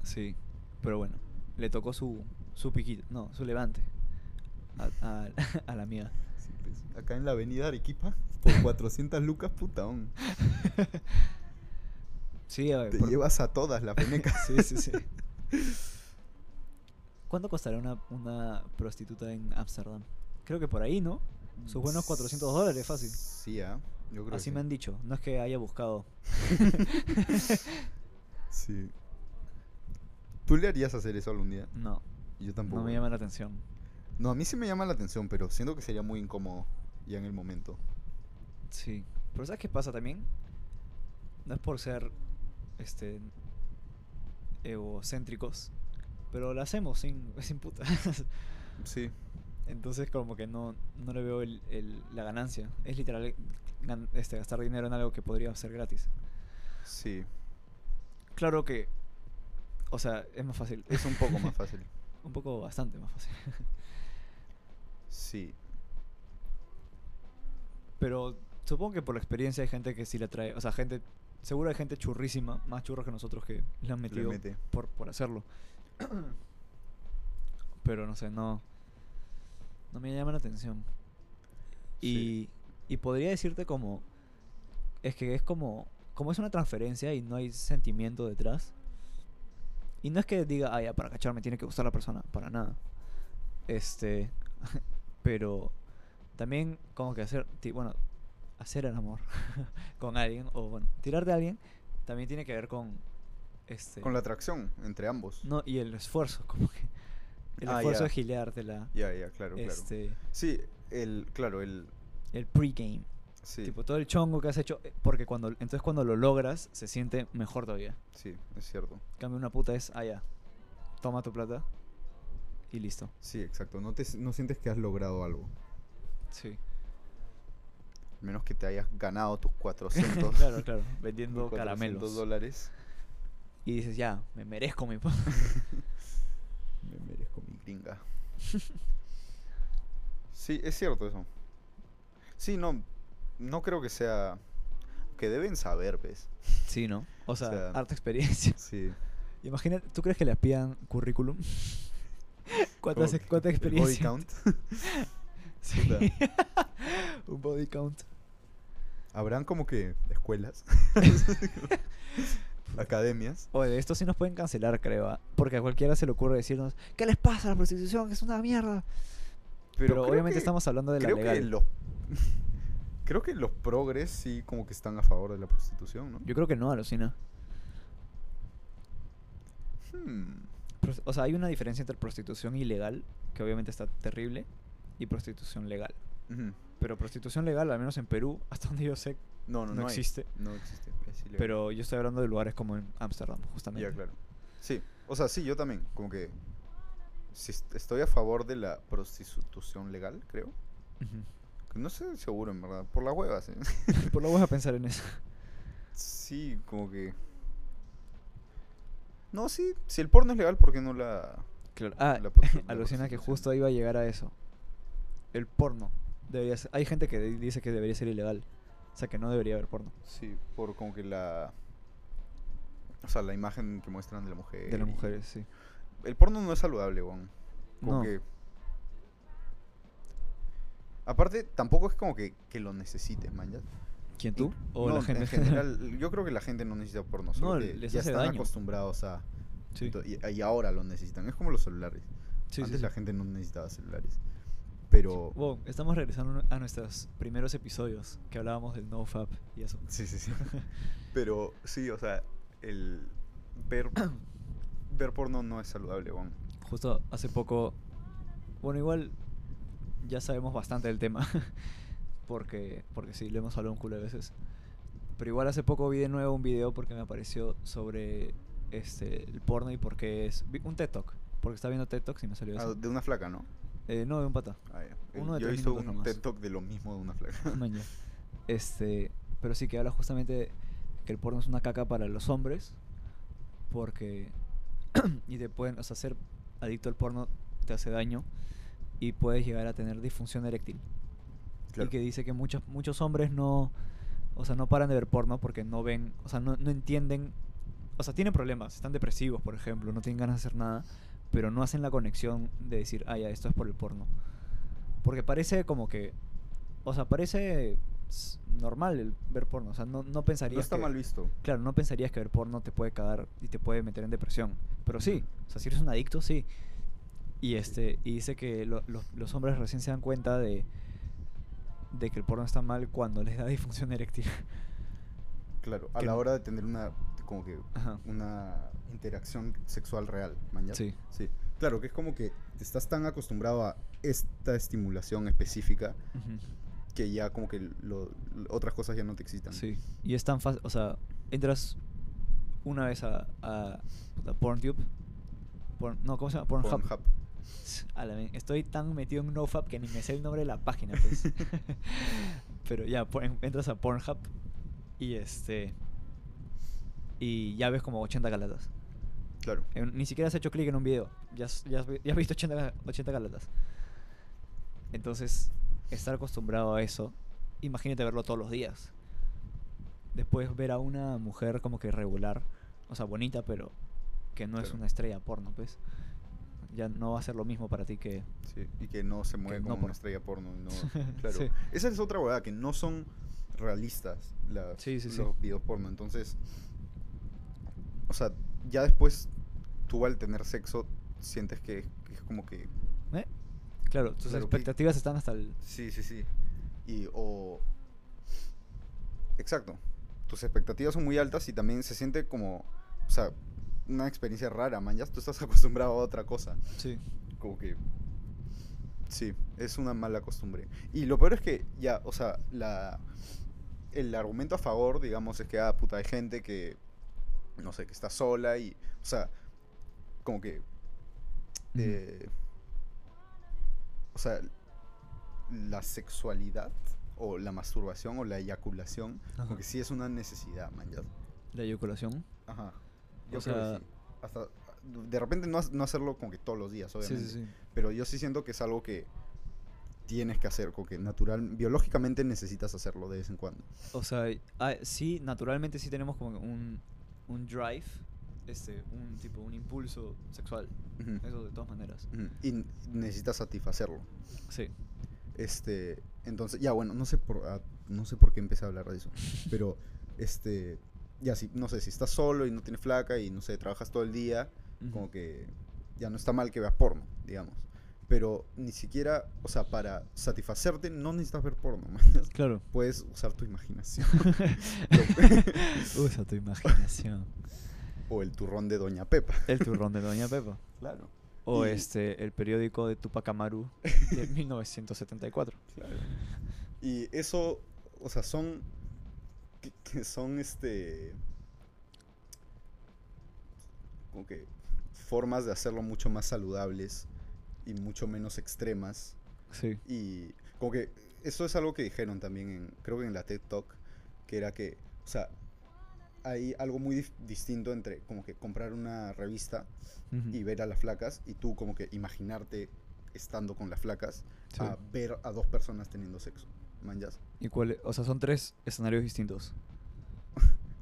S1: Sí. Pero bueno. Le tocó su, su piquito. No, su levante. A, a- a la mía.
S2: Sí, pues, acá en la avenida Arequipa, por 400 lucas, putaón.
S1: Sí, a ver.
S2: Te
S1: por-
S2: llevas a todas las venecas.
S1: Sí, sí, sí. ¿Cuánto costará una, una prostituta en Ámsterdam? Creo que por ahí, ¿no? Sus buenos 400 dólares, fácil.
S2: Sí, ah, yo creo
S1: Así
S2: que
S1: me
S2: sí.
S1: han dicho. No es que haya buscado.
S2: Sí. ¿Tú le harías hacer eso algún día?
S1: No,
S2: Yo tampoco.
S1: no me llama la atención.
S2: No, a mí sí me llama la atención, pero siento que sería muy incómodo ya en el momento.
S1: Sí. Pero ¿sabes qué pasa también? No es por ser este egocéntricos, pero lo hacemos sin, sin putas.
S2: Sí.
S1: Entonces como que no, no le veo el- el- la ganancia. Es literal gan- este, gastar dinero en algo que podría ser gratis.
S2: Sí.
S1: Claro que, o sea, es más fácil.
S2: Es un poco más fácil.
S1: un poco bastante más fácil.
S2: Sí.
S1: Pero supongo que por la experiencia hay gente que sí la trae. O sea, gente. Seguro hay gente churrísima, más churros que nosotros que le han
S2: Le
S1: metido
S2: mete.
S1: por, por hacerlo. Pero no sé, no. No me llama la atención. Y,
S2: Sí.
S1: y podría decirte como. Es que es como. Como es una transferencia y no hay sentimiento detrás. Y no es que diga, ah, ya, para cacharme tiene que gustar la persona. Para nada. Este. pero. También como que hacer. ti- Bueno, hacer el amor con alguien. O bueno, tirar de alguien. También tiene que ver con Este,
S2: Con la atracción entre ambos.
S1: No, y el esfuerzo, como que. El
S2: Ah,
S1: esfuerzo
S2: ya.
S1: de gileártela.
S2: Ya, ya, claro, claro.
S1: este,
S2: Sí, el, claro, el.
S1: El pregame.
S2: Sí,
S1: Tipo, todo el chongo que has hecho. eh, Porque cuando. Entonces, cuando lo logras, se siente mejor todavía.
S2: sí, es cierto.
S1: En Cambio una puta es. Ah, ya. Toma tu plata. Y listo.
S2: Sí, exacto. No, te, no sientes que has logrado algo.
S1: Sí.
S2: Al menos que te hayas ganado tus 400.
S1: claro, claro.
S2: tus
S1: Vendiendo
S2: 400
S1: caramelos.
S2: dólares.
S1: Y dices, ya, me merezco mi. pa-".
S2: Me merezco mi gringa. sí, es cierto eso. Sí, no. No creo que sea. Que deben saber, ¿ves?
S1: sí, ¿no? O sea,
S2: sea,
S1: harta experiencia.
S2: Sí.
S1: Imagínate, ¿tú crees que les pidan currículum? ¿Cuántas,
S2: Como que
S1: ¿Cuánta
S2: el Body
S1: experiencia?
S2: count.
S1: Sí. Un body count.
S2: Habrán como que escuelas. Academias.
S1: Oye, de esto sí nos pueden cancelar, creo. ¿ah? Porque a cualquiera se le ocurre decirnos, ¿qué les pasa a la prostitución? Es una mierda. Pero,
S2: creo
S1: obviamente
S2: que-
S1: estamos hablando de la
S2: creo
S1: legal.
S2: que los creo que los progres sí como que están a favor de la prostitución, ¿no?
S1: Yo creo que no, alucina.
S2: Hmm,
S1: Pros- O sea, hay una diferencia entre prostitución ilegal, que obviamente está terrible, y prostitución legal.
S2: ujú.
S1: Pero prostitución legal, al menos en Perú, hasta donde yo sé,
S2: No, no,
S1: No
S2: no hay.
S1: existe.
S2: No existe. es ilegal.
S1: Pero yo estoy hablando de lugares como en Ámsterdam, justamente.
S2: ya claro. Sí, o sea, sí, yo también como que si est- estoy a favor de la prostitución legal, creo.
S1: Ujú.
S2: Que No estoy seguro en verdad, por las huevas. ¿eh?
S1: Por lo vas a pensar en eso.
S2: sí, como que No, sí, si el porno es legal, ¿por qué no la
S1: Claro. Ah,
S2: La prostitu- la
S1: alucina que
S2: prostitución.
S1: justo iba a llegar a eso. El porno. Debería ser- hay gente que di- dice que debería ser ilegal. O sea, que no debería haber porno.
S2: sí, por como que la o sea, la imagen que muestran de la mujer.
S1: De las
S2: y-
S1: mujeres, sí.
S2: El porno no es saludable, weón. Como
S1: No.
S2: que. Aparte, tampoco es como que, que lo necesites, man. ya.
S1: ¿Quién tú?
S2: Inc-
S1: ¿O
S2: no,
S1: la gente
S2: En general, yo creo que la gente no necesita porno. Solo
S1: No,
S2: que
S1: les
S2: ya
S1: hace
S2: están
S1: daño.
S2: acostumbrados a.
S1: sí.
S2: ento- Y, y ahora lo necesitan. Es como los celulares.
S1: Sí, sí,
S2: Antes
S1: sí.
S2: la gente no necesitaba celulares. Pero.
S1: Wow, estamos regresando a nuestros primeros episodios que hablábamos del NoFap y eso.
S2: Sí, sí, sí. Pero sí, o sea, el. Ver. ver porno no es saludable, weón.
S1: Justo hace poco. Bueno, igual ya sabemos bastante del tema. Porque, porque sí, lo hemos hablado un culo de veces. Pero igual hace poco vi de nuevo un video porque me apareció sobre este, el porno y por qué es. vi Un TED Talk. Porque estaba viendo TED Talks y me salió
S2: Ah,
S1: eso.
S2: de una flaca, ¿no?
S1: Eh, no, de un pata.
S2: Ah, ya.
S1: Uno de
S2: yo he
S1: tres
S2: visto
S1: minutos
S2: un
S1: nomás.
S2: TED Talk de lo mismo de una flaca.
S1: Maña. Este, pero sí que habla justamente que el porno es una caca para los hombres porque y te pueden, o sea, ser adicto al porno te hace daño y puedes llegar a tener disfunción eréctil.
S2: Claro.
S1: Y que dice que muchos muchos hombres no, o sea, no paran de ver porno porque no ven, o sea, no, no entienden, o sea, tienen problemas, están depresivos, por ejemplo, no tienen ganas de hacer nada, pero no hacen la conexión de decir, "Ah, ya, esto es por el porno." Porque parece como que o sea, parece s- normal el ver porno. O sea, no, no pensarías.
S2: No está
S1: que-
S2: mal visto.
S1: Claro, no pensarías que ver porno te puede cagar y te puede meter en depresión. Pero sí, o sea, si eres un adicto, sí. Y este, y dice que lo- los, los hombres recién se dan cuenta de, de que el porno está mal cuando les da disfunción eréctil.
S2: Claro, a
S1: que
S2: la
S1: no-
S2: hora de tener una como que
S1: Ajá.
S2: una interacción sexual real, mañana.
S1: Sí.
S2: Claro, que es como que estás tan acostumbrado a esta estimulación específica
S1: Ujú.
S2: que ya como que lo- lo- otras cosas ya no te excitan.
S1: Sí. Y es tan fácil, o sea, entras una vez a, a, puta, PornTube. Porn- no, ¿cómo se llama? Pornhub.
S2: Pornhub.
S1: A la men- estoy tan metido en NoFap que ni me sé el nombre de la página, pues. Pero ya, por- en- entras a Pornhub y este. Y ya ves como 80 galatas.
S2: Claro.
S1: En- ni siquiera has hecho clic en un video. Ya has, ya has vi- ya has visto 80, ga- 80 galatas. Entonces, estar acostumbrado a eso, imagínate verlo todos los días. Después ver a una mujer como que regular, o sea, bonita, pero que no es
S2: Claro.
S1: una estrella porno, pues. Ya no va a ser lo mismo para ti que
S2: Sí, y que no se mueve
S1: no
S2: como
S1: porno.
S2: una estrella porno. no- claro.
S1: Sí.
S2: Esa es otra verdad, que no son realistas las-
S1: Sí, sí, sí.
S2: los videos porno. Entonces, o sea, ya después tú al tener sexo sientes que es como que
S1: ¿Eh? Claro, tus
S2: Claro, ok.
S1: expectativas están hasta el...
S2: Sí, sí, sí. Y o... Exacto. Tus expectativas son muy altas y también se siente como... O sea, una experiencia rara, man. Ya tú estás acostumbrado a otra cosa.
S1: Sí.
S2: Como que. Sí, es una mala costumbre. Y lo peor es que, ya, o sea, la. El argumento a favor, digamos, es que, ah, puta, hay gente que. No sé, que está sola y. O sea, como que.
S1: Ujú.
S2: eh, o sea, la sexualidad o la masturbación o la eyaculación,
S1: Ajá.
S2: como que sí es una necesidad, man. ya.
S1: La eyaculación.
S2: Ajá. Yo
S1: O
S2: creo que
S1: sea-
S2: sí. Hasta, de repente no, ha- no hacerlo como que todos los días,
S1: Sí,
S2: obviamente.
S1: sí, sí.
S2: Pero yo sí siento que es algo que tienes que hacer, como que natural, biológicamente necesitas hacerlo de vez en cuando.
S1: O sea, ah, sí, naturalmente sí tenemos como que un, un drive, este, un tipo, un impulso sexual.
S2: Ujú,
S1: Eso de todas maneras.
S2: ujú. Y n- necesitas satisfacerlo.
S1: Sí.
S2: Este, entonces, ya bueno, no sé por, ah, no sé por qué empecé a hablar de eso, pero este, ya si, no sé, si estás solo y no tienes flaca y no sé, trabajas todo el día,
S1: Ujú.
S2: como que ya no está mal que veas porno, digamos. Pero ni siquiera, o sea, para satisfacerte no necesitas ver porno, man.
S1: Claro.
S2: Puedes usar tu imaginación.
S1: Usa tu imaginación.
S2: o el turrón de Doña Pepa.
S1: El turrón de Doña Pepa.
S2: Claro,
S1: O
S2: Y-
S1: este, el periódico de Tupac Amaru de 1974.
S2: claro. Y eso, o sea, son. Que, que son este. Como que. Formas de hacerlo mucho más saludables y mucho menos extremas.
S1: Sí.
S2: Y como que eso es algo que dijeron también, en, creo que en la TED Talk, que era que, o sea, hay algo muy dif- distinto entre como que comprar una revista
S1: Ujú.
S2: y ver a las flacas y tú como que imaginarte estando con las flacas
S1: Sí.
S2: a ver a dos personas teniendo sexo. Manjas.
S1: ¿Y cuál e- O sea, son tres escenarios distintos.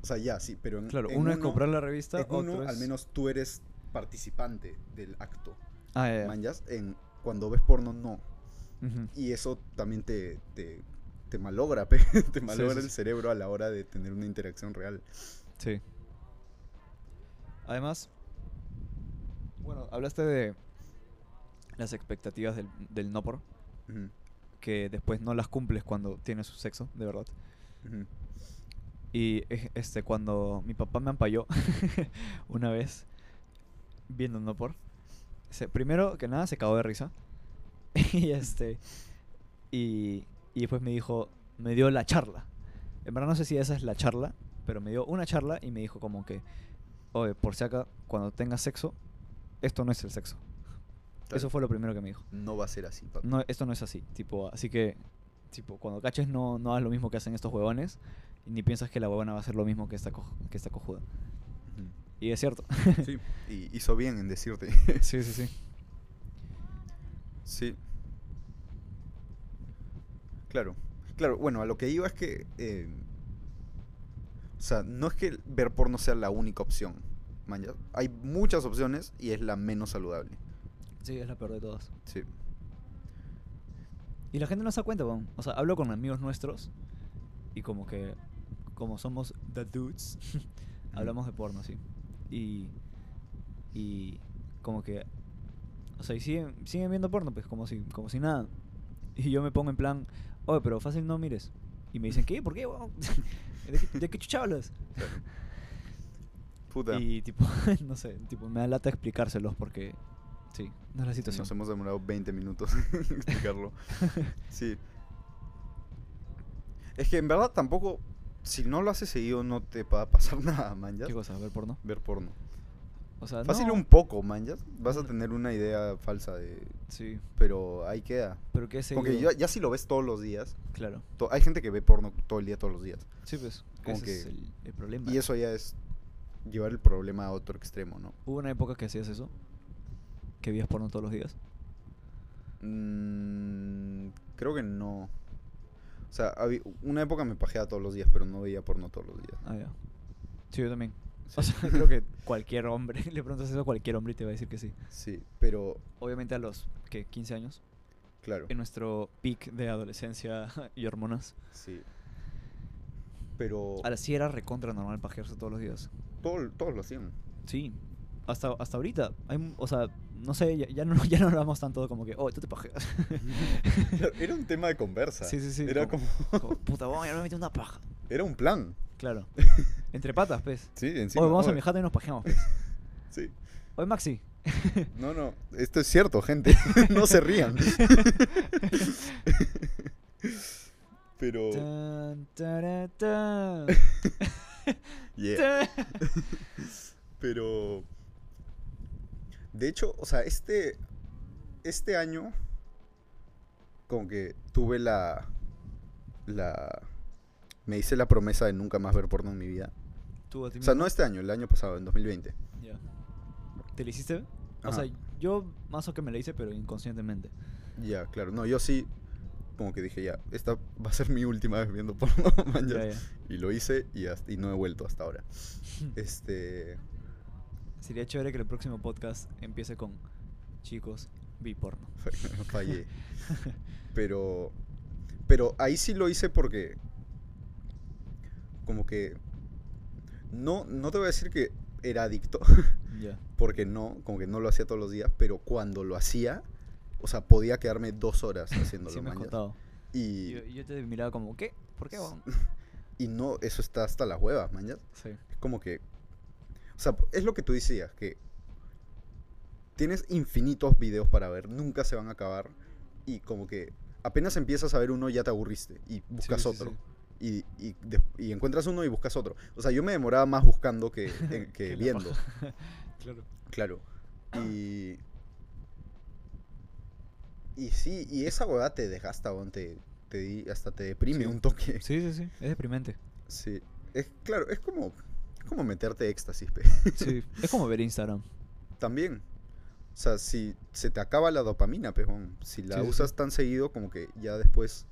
S2: O sea, ya, sí, pero en,
S1: Claro,
S2: en
S1: uno, es comprar la revista,
S2: en uno,
S1: otro es...
S2: al menos tú eres participante del acto.
S1: Ah, ya, ya.
S2: Manjas, en cuando ves porno no.
S1: Ujú.
S2: Y eso también te, te, te malogra, pe, te malogra
S1: sí,
S2: el
S1: sí.
S2: cerebro a la hora de tener una interacción real.
S1: Sí. Además, bueno, hablaste de las expectativas del, del no por,
S2: Ujú,
S1: que después no las cumples cuando tienes su sexo, de verdad.
S2: ujú.
S1: Y eh, este, cuando mi papá me ampalló una vez viendo un no por, se- primero que nada se cagó de risa. y este. Y, y después me dijo, me dio la charla. En verdad no sé si esa es la charla, pero me dio una charla y me dijo como que, oye, por si acá, cuando tengas sexo, esto no es el sexo. Eso
S2: Claro,
S1: fue lo primero que me dijo.
S2: No va a ser así, papi.
S1: No, esto no es así, tipo, así que, tipo, cuando caches no, no hagas lo mismo que hacen estos huevones, ni piensas que la huevona va a hacer lo mismo que esta, coj- que esta cojuda. Mm.
S2: Ujú.
S1: Y es cierto.
S2: Sí, y hizo bien en decirte.
S1: sí, sí, sí.
S2: Sí. Claro. Claro, bueno, a lo que iba es que. eh, o sea, no es que ver porno sea la única opción. man, ya. Hay muchas opciones y es la menos saludable.
S1: Sí, es la peor de todas.
S2: Sí.
S1: Y la gente no se da cuenta, weón. O sea, hablo con amigos nuestros y como que, como somos the dudes, hablamos de porno, sí. Y, y como que, o sea, y siguen, siguen viendo porno, pues como si, como si nada. Y yo me pongo en plan, oye, pero fácil no mires. Y me dicen, ¿qué? ¿Por qué, weón? ¿De qué, de qué chucha hablas?
S2: Puta.
S1: Y tipo, no sé, tipo, me da lata explicárselos porque, sí, no es la situación.
S2: Nos hemos demorado 20 minutos en explicarlo. Sí. Es que en verdad tampoco. Si no lo haces seguido, no te va a pasar nada, man. ya.
S1: ¿Qué cosa? ¿Ver porno?
S2: Ver porno.
S1: O sea,
S2: Fácil
S1: no, Mm.
S2: un poco, man. ya. Vas a
S1: No.
S2: tener una idea falsa de.
S1: Sí,
S2: Pero ahí queda.
S1: pero qué sé
S2: Porque ya, ya si lo ves todos los días,
S1: Claro.
S2: to- hay gente que ve porno todo el día, todos los días.
S1: Sí, pues,
S2: Como
S1: ese
S2: que-
S1: es el, el problema.
S2: Y eso ya es llevar el problema a otro extremo, ¿no?
S1: ¿Hubo una época que hacías eso? ¿Que vías porno todos los días?
S2: Mm, creo que no. O sea, habí- una época me pajeaba todos los días, pero no veía porno todos los días.
S1: Ah, ya. Sí, yo también. O
S2: Sí.
S1: sea, creo que cualquier hombre, le preguntas eso a cualquier hombre y te va a decir que sí.
S2: Sí, pero
S1: Obviamente a los, que 15 años,
S2: claro.
S1: en nuestro peak de adolescencia y hormonas.
S2: Sí. Pero
S1: Ahora sí era recontra normal pajearse todos los días.
S2: todo- todos lo hacían.
S1: Sí. Hasta, hasta ahorita. Hay, un- o sea, no sé, ya, ya no, ya no hablamos tanto como que, oh, tú te pajeas.
S2: Claro, Era un tema de conversa.
S1: Sí, sí, sí,
S2: Era como,
S1: como- Como, Puta, vamos, ya me metí una paja.
S2: era un plan.
S1: Claro. Entre patas, pues.
S2: Sí,
S1: Oye,
S2: encima.
S1: vamos a
S2: oye,
S1: mi jata y nos pajeamos, pues.
S2: Sí.
S1: Oye, Maxi.
S2: No, no, esto es cierto, gente. no se rían. Pero.
S1: Tan, tara, tan.
S2: yeah.
S1: Tan.
S2: Pero. De hecho, o sea, este. Este año. Como que tuve la. La. Me hice la promesa de nunca más ver porno en mi vida.
S1: Tú a ti
S2: O sea,
S1: mismo.
S2: no este año, el año pasado, en 2020.
S1: Ya. ¿Te lo hiciste? O
S2: Ajá.
S1: sea, yo más o que me lo hice, pero inconscientemente.
S2: Ya, claro. No, yo sí. Como que dije, ya, esta va a ser mi última vez viendo porno. man, ya.
S1: Ya, ya.
S2: Y lo hice y, hasta- y no he vuelto hasta ahora. Este.
S1: Sería chévere que el próximo podcast empiece con Chicos, vi porno.
S2: Fa- Fallé. Pero. Pero ahí sí lo hice porque. Como que. No, no te voy a decir que era adicto.
S1: Ya.
S2: Porque no, como que no lo hacía todos los días. Pero cuando lo hacía. O sea, podía quedarme dos horas haciéndolo.
S1: Sí me has
S2: manjas.
S1: contado.
S2: y,
S1: Yo, yo te miraba como, ¿qué? ¿Por qué? huevón?"
S2: y no, eso está hasta las huevas, mañana.
S1: Sí.
S2: Es como que. O sea, es lo que tú decías, que tienes infinitos videos para ver, nunca se van a acabar. Y como que apenas empiezas a ver uno, ya te aburriste y buscas
S1: sí, sí.
S2: otro. Y, y des- y encuentras uno y buscas otro. O sea, yo me demoraba más buscando que, en- que
S1: Que la
S2: viendo.
S1: paja. claro.
S2: Claro. Y. Y sí, y esa huevada te desgasta, weón, te, te di- hasta te deprime
S1: Sí.
S2: un toque.
S1: Sí, sí, sí. Es deprimente.
S2: Sí. Es, claro, es como, es como meterte éxtasis, pe.
S1: Sí. es como ver Instagram.
S2: También. O sea, si se te acaba la dopamina, pejón. Si la
S1: Sí, sí, sí.
S2: usas tan seguido, como que ya después,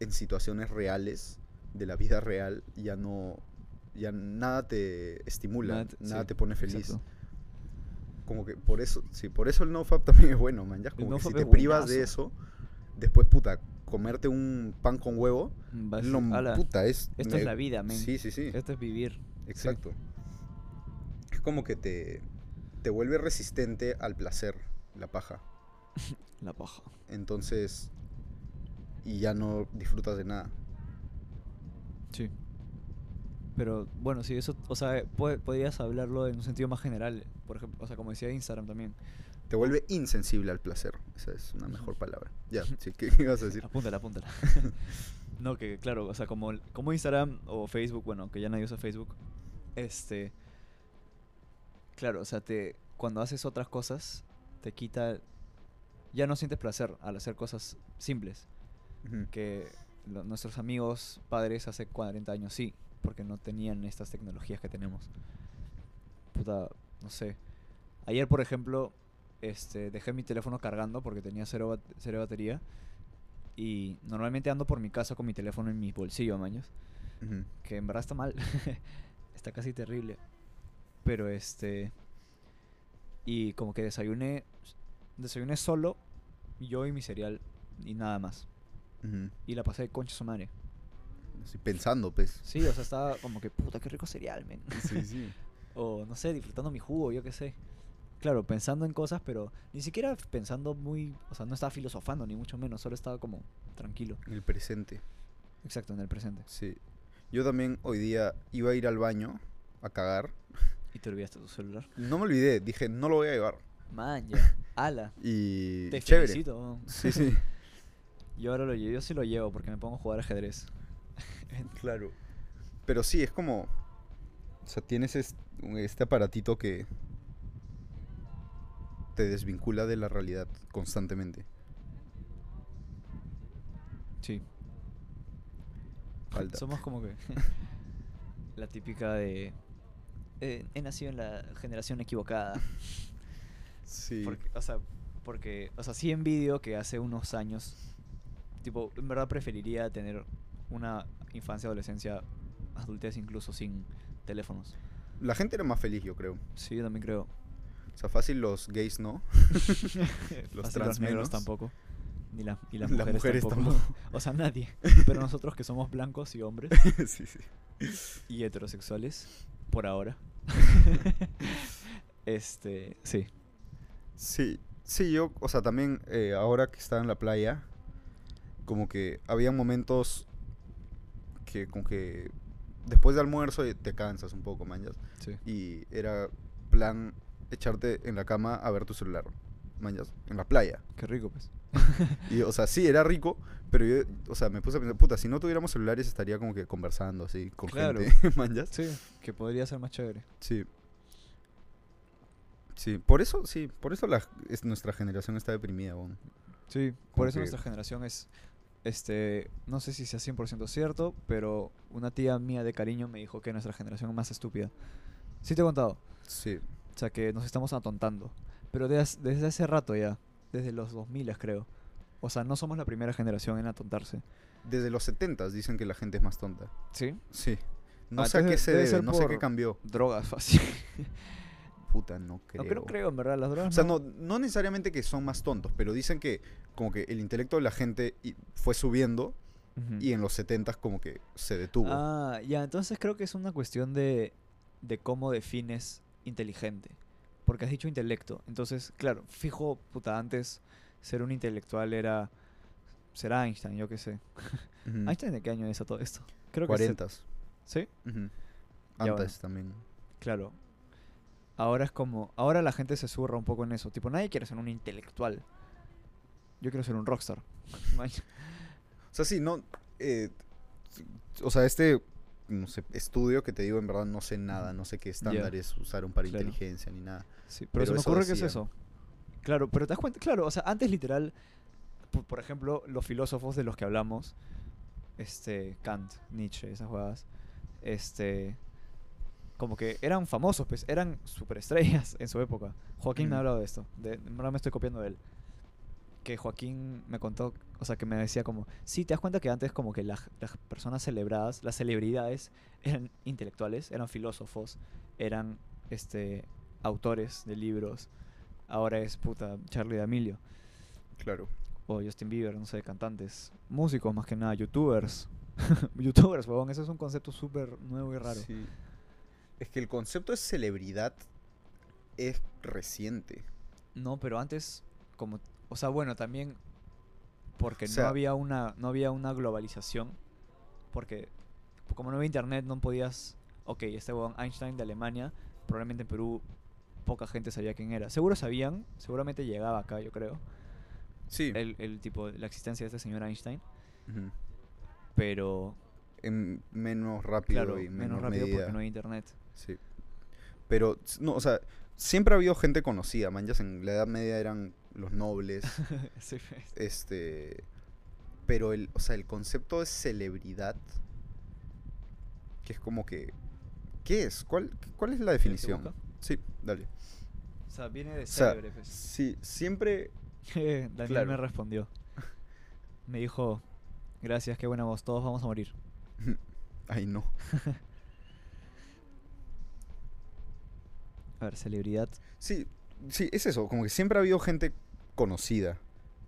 S2: en situaciones reales, de la vida real, ya no. Ya nada te estimula, nada,
S1: Nada te- sí,
S2: te pone feliz.
S1: Exacto.
S2: Como que por eso, sí, por eso el nofap también es bueno, man. Ya como que si
S1: nofap
S2: te
S1: es
S2: privas de
S1: buenazo.
S2: eso, después, puta, comerte un pan con huevo,
S1: Vas-
S2: es lo
S1: ala,
S2: puta, es.
S1: Esto es la vida, men.
S2: Sí, sí, sí.
S1: Esto es vivir.
S2: Exacto. Es como que te, te vuelve resistente al placer, la paja.
S1: La paja.
S2: Entonces, y ya no disfrutas de nada.
S1: Sí. Pero bueno, sí, eso, o sea, po- podías hablarlo en un sentido más general, por ejemplo, o sea, como decía Instagram también.
S2: Te vuelve insensible al placer. Esa es una mejor palabra. Ya, sí, ¿qué ibas a decir?
S1: Apúntala, apúntala. no, que claro, o sea, como, el- como Instagram o Facebook, bueno, que ya nadie usa Facebook, este, claro, o sea, te, cuando haces otras cosas, te quita, ya no sientes placer al hacer cosas simples,
S2: Ujú.
S1: que lo- nuestros amigos padres hace 40 años sí, porque no tenían estas tecnologías que tenemos. Puta, no sé. Ayer, por ejemplo, este, dejé mi teléfono cargando porque tenía cero, bat- cero batería. Y normalmente ando por mi casa con mi teléfono en mi bolsillo, maños.
S2: Ujú.
S1: Que en verdad está mal. está casi terrible. Pero este. Y como que desayuné. Desayuné solo, yo y mi cereal, y nada más.
S2: Ujú.
S1: Y la pasé de concha su madre.
S2: Estoy pensando, pues.
S1: Sí, o sea, estaba como que, puta, qué rico cereal, men.
S2: Sí, sí.
S1: O, no sé, disfrutando mi jugo, yo qué sé. Claro, pensando en cosas, pero ni siquiera pensando muy... O sea, no estaba filosofando, ni mucho menos. Solo estaba como tranquilo.
S2: En el presente.
S1: Exacto, en el presente.
S2: Sí. Yo también hoy día iba a ir al baño a cagar.
S1: Y te olvidaste de tu celular.
S2: No me olvidé, dije, no lo voy a llevar.
S1: Man, ya. Ala.
S2: Y.
S1: Te
S2: chévere.
S1: felicito. weón.
S2: Sí, sí.
S1: Yo ahora lo llevo, yo sí lo llevo porque me pongo a jugar ajedrez.
S2: Claro. Pero sí, es como. O sea, tienes es- este aparatito que te desvincula de la realidad constantemente.
S1: Sí.
S2: Falta.
S1: Somos como que... la típica de... eh, he nacido en la generación equivocada.
S2: Sí.
S1: Porque, o sea, porque, o sea, sí envidio que hace unos años, tipo, en verdad preferiría tener una infancia, adolescencia, adultez incluso sin teléfonos.
S2: La gente era más feliz, yo creo.
S1: Sí, yo también creo.
S2: O sea, fácil los gays no. Los
S1: Fácil,
S2: trans menos.
S1: negros tampoco. Ni la- y las
S2: Las
S1: mujeres,
S2: mujeres
S1: tampoco.
S2: tampoco.
S1: O sea, nadie. Pero nosotros que somos blancos y hombres
S2: sí, sí.
S1: y heterosexuales, por ahora. este, sí.
S2: Sí, sí, yo, o sea, también eh, ahora que estaba en la playa, como que había momentos que, como que después de almuerzo eh, te cansas un poco, manjas.
S1: Sí.
S2: Y era plan echarte en la cama a ver tu celular, mañas, en la playa.
S1: Qué rico, pues.
S2: Y, o sea, sí, era rico, pero yo, o sea, me puse a pensar, puta, si no tuviéramos celulares estaría como que conversando así con
S1: Claro.
S2: gente, mañas.
S1: Sí, que podría ser más chévere.
S2: Sí. Sí, por eso, sí, por eso la, es, nuestra generación está deprimida, weón.
S1: Sí,
S2: Como
S1: por eso
S2: que-
S1: nuestra generación es, este, no sé si sea 100% cierto, pero una tía mía de cariño me dijo que nuestra generación es más estúpida. Sí te he contado,
S2: Sí.
S1: o sea que nos estamos atontando, pero de hace- desde hace rato ya, desde los 2000 creo. O sea, no somos la primera generación en atontarse.
S2: Desde los 70 dicen que la gente es más tonta.
S1: ¿Sí?
S2: Sí. No
S1: Ah,
S2: sé a
S1: entonces
S2: qué se
S1: debe
S2: debe,
S1: ser
S2: no sé qué
S1: por-
S2: cambió.
S1: Drogas, fácil.
S2: Puta, no creo.
S1: No creo, creo, en verdad, las drogas.
S2: O sea, no, no necesariamente que son más tontos, pero dicen que como que el intelecto de la gente i- fue subiendo
S1: Ujú.
S2: y en los 70 como que se detuvo.
S1: Ah, ya, entonces creo que es una cuestión de, de cómo defines inteligente. Porque has dicho intelecto. Entonces, claro, fijo, puta, antes ser un intelectual era ser Einstein, yo qué sé.
S2: Ujú.
S1: ¿Einstein de qué año es a todo esto? Creo que se-
S2: 40.
S1: ¿Sí?
S2: Ujú.
S1: Ya, bueno.
S2: Antes también.
S1: Claro. Ahora es como. Ahora la gente se surra un poco en eso. Tipo, nadie quiere ser un intelectual. Yo quiero ser un rockstar. Man,
S2: O sea, sí, no... eh, o sea, este no sé, estudio que te digo, en verdad no sé nada, no sé qué estándares usaron para
S1: Claro.
S2: inteligencia ni nada.
S1: Sí, pero,
S2: Pero
S1: se me
S2: eso
S1: ocurre que
S2: decían.
S1: es eso. Claro, pero te das cuenta, claro, o sea, antes literal, por, por ejemplo, los filósofos de los que hablamos, este, Kant, Nietzsche, esas jugadas, este, como que eran famosos, pues, eran superestrellas en su época. Joaquín me
S2: Mm.
S1: ha hablado de esto, de, en verdad me estoy copiando de él. Que Joaquín me contó, o sea, que me decía como, sí, te das cuenta que antes como que las, las personas celebradas, las celebridades, eran intelectuales, eran filósofos, eran, este, autores de libros. Ahora es puta Charlie D'Amelio
S2: Claro.
S1: o Justin Bieber, no sé, cantantes, músicos más que nada, youtubers. youtubers, huevón, eso es un concepto súper nuevo y raro.
S2: Sí. Es que el concepto de celebridad es reciente.
S1: No, pero antes como o sea, bueno, también porque
S2: O sea-
S1: no había una no había una globalización porque como no había internet no podías, ok, este huevón Einstein de Alemania, probablemente en Perú poca gente sabía quién era. Seguro sabían, seguramente llegaba acá, yo creo.
S2: Sí.
S1: El, el tipo la existencia de este señor Einstein,
S2: Ujú.
S1: pero
S2: en menos rápido
S1: claro,
S2: y
S1: menos
S2: menor
S1: rápido
S2: medida.
S1: porque no hay internet.
S2: Sí. Pero, s- no, o sea, siempre ha habido gente conocida, manjas. En la Edad Media eran los nobles,
S1: Sí, pues.
S2: este. Pero, el, o sea, el concepto de celebridad, que es como que. ¿Qué es? ¿Cuál, cuál es la
S1: que
S2: definición?
S1: busca?
S2: Sí, dale.
S1: O sea, viene de
S2: O sea,
S1: célebre, pues.
S2: sí, siempre.
S1: Daniel me
S2: claro.
S1: respondió. Me dijo, gracias, qué buena voz, todos vamos a morir.
S2: Ay, no.
S1: A ver, celebridad.
S2: Sí, sí, es eso, como que siempre ha habido gente conocida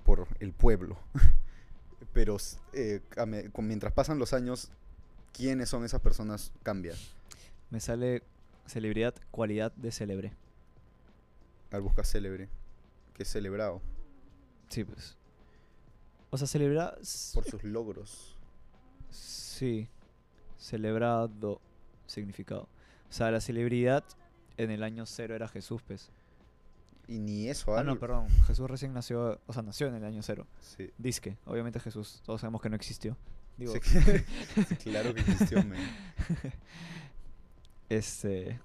S2: por el pueblo. Pero s- eh, a me- con- mientras pasan los años, quiénes son esas personas cambia.
S1: Me sale celebridad, cualidad de célebre.
S2: Al busca célebre, que es celebrado
S1: Sí, pues. O sea, celebra... s-
S2: por sus logros.
S1: Sí. Celebrado. Significado. O sea, la celebridad en el año cero era Jesús, pues.
S2: Y ni eso,
S1: Ah, no,
S2: al-
S1: perdón. Jesús recién nació, o sea, nació en el año cero.
S2: Sí.
S1: Disque. Obviamente Jesús, todos sabemos que no existió. Digo,
S2: Sí, que- sí, claro que existió, men.
S1: Este.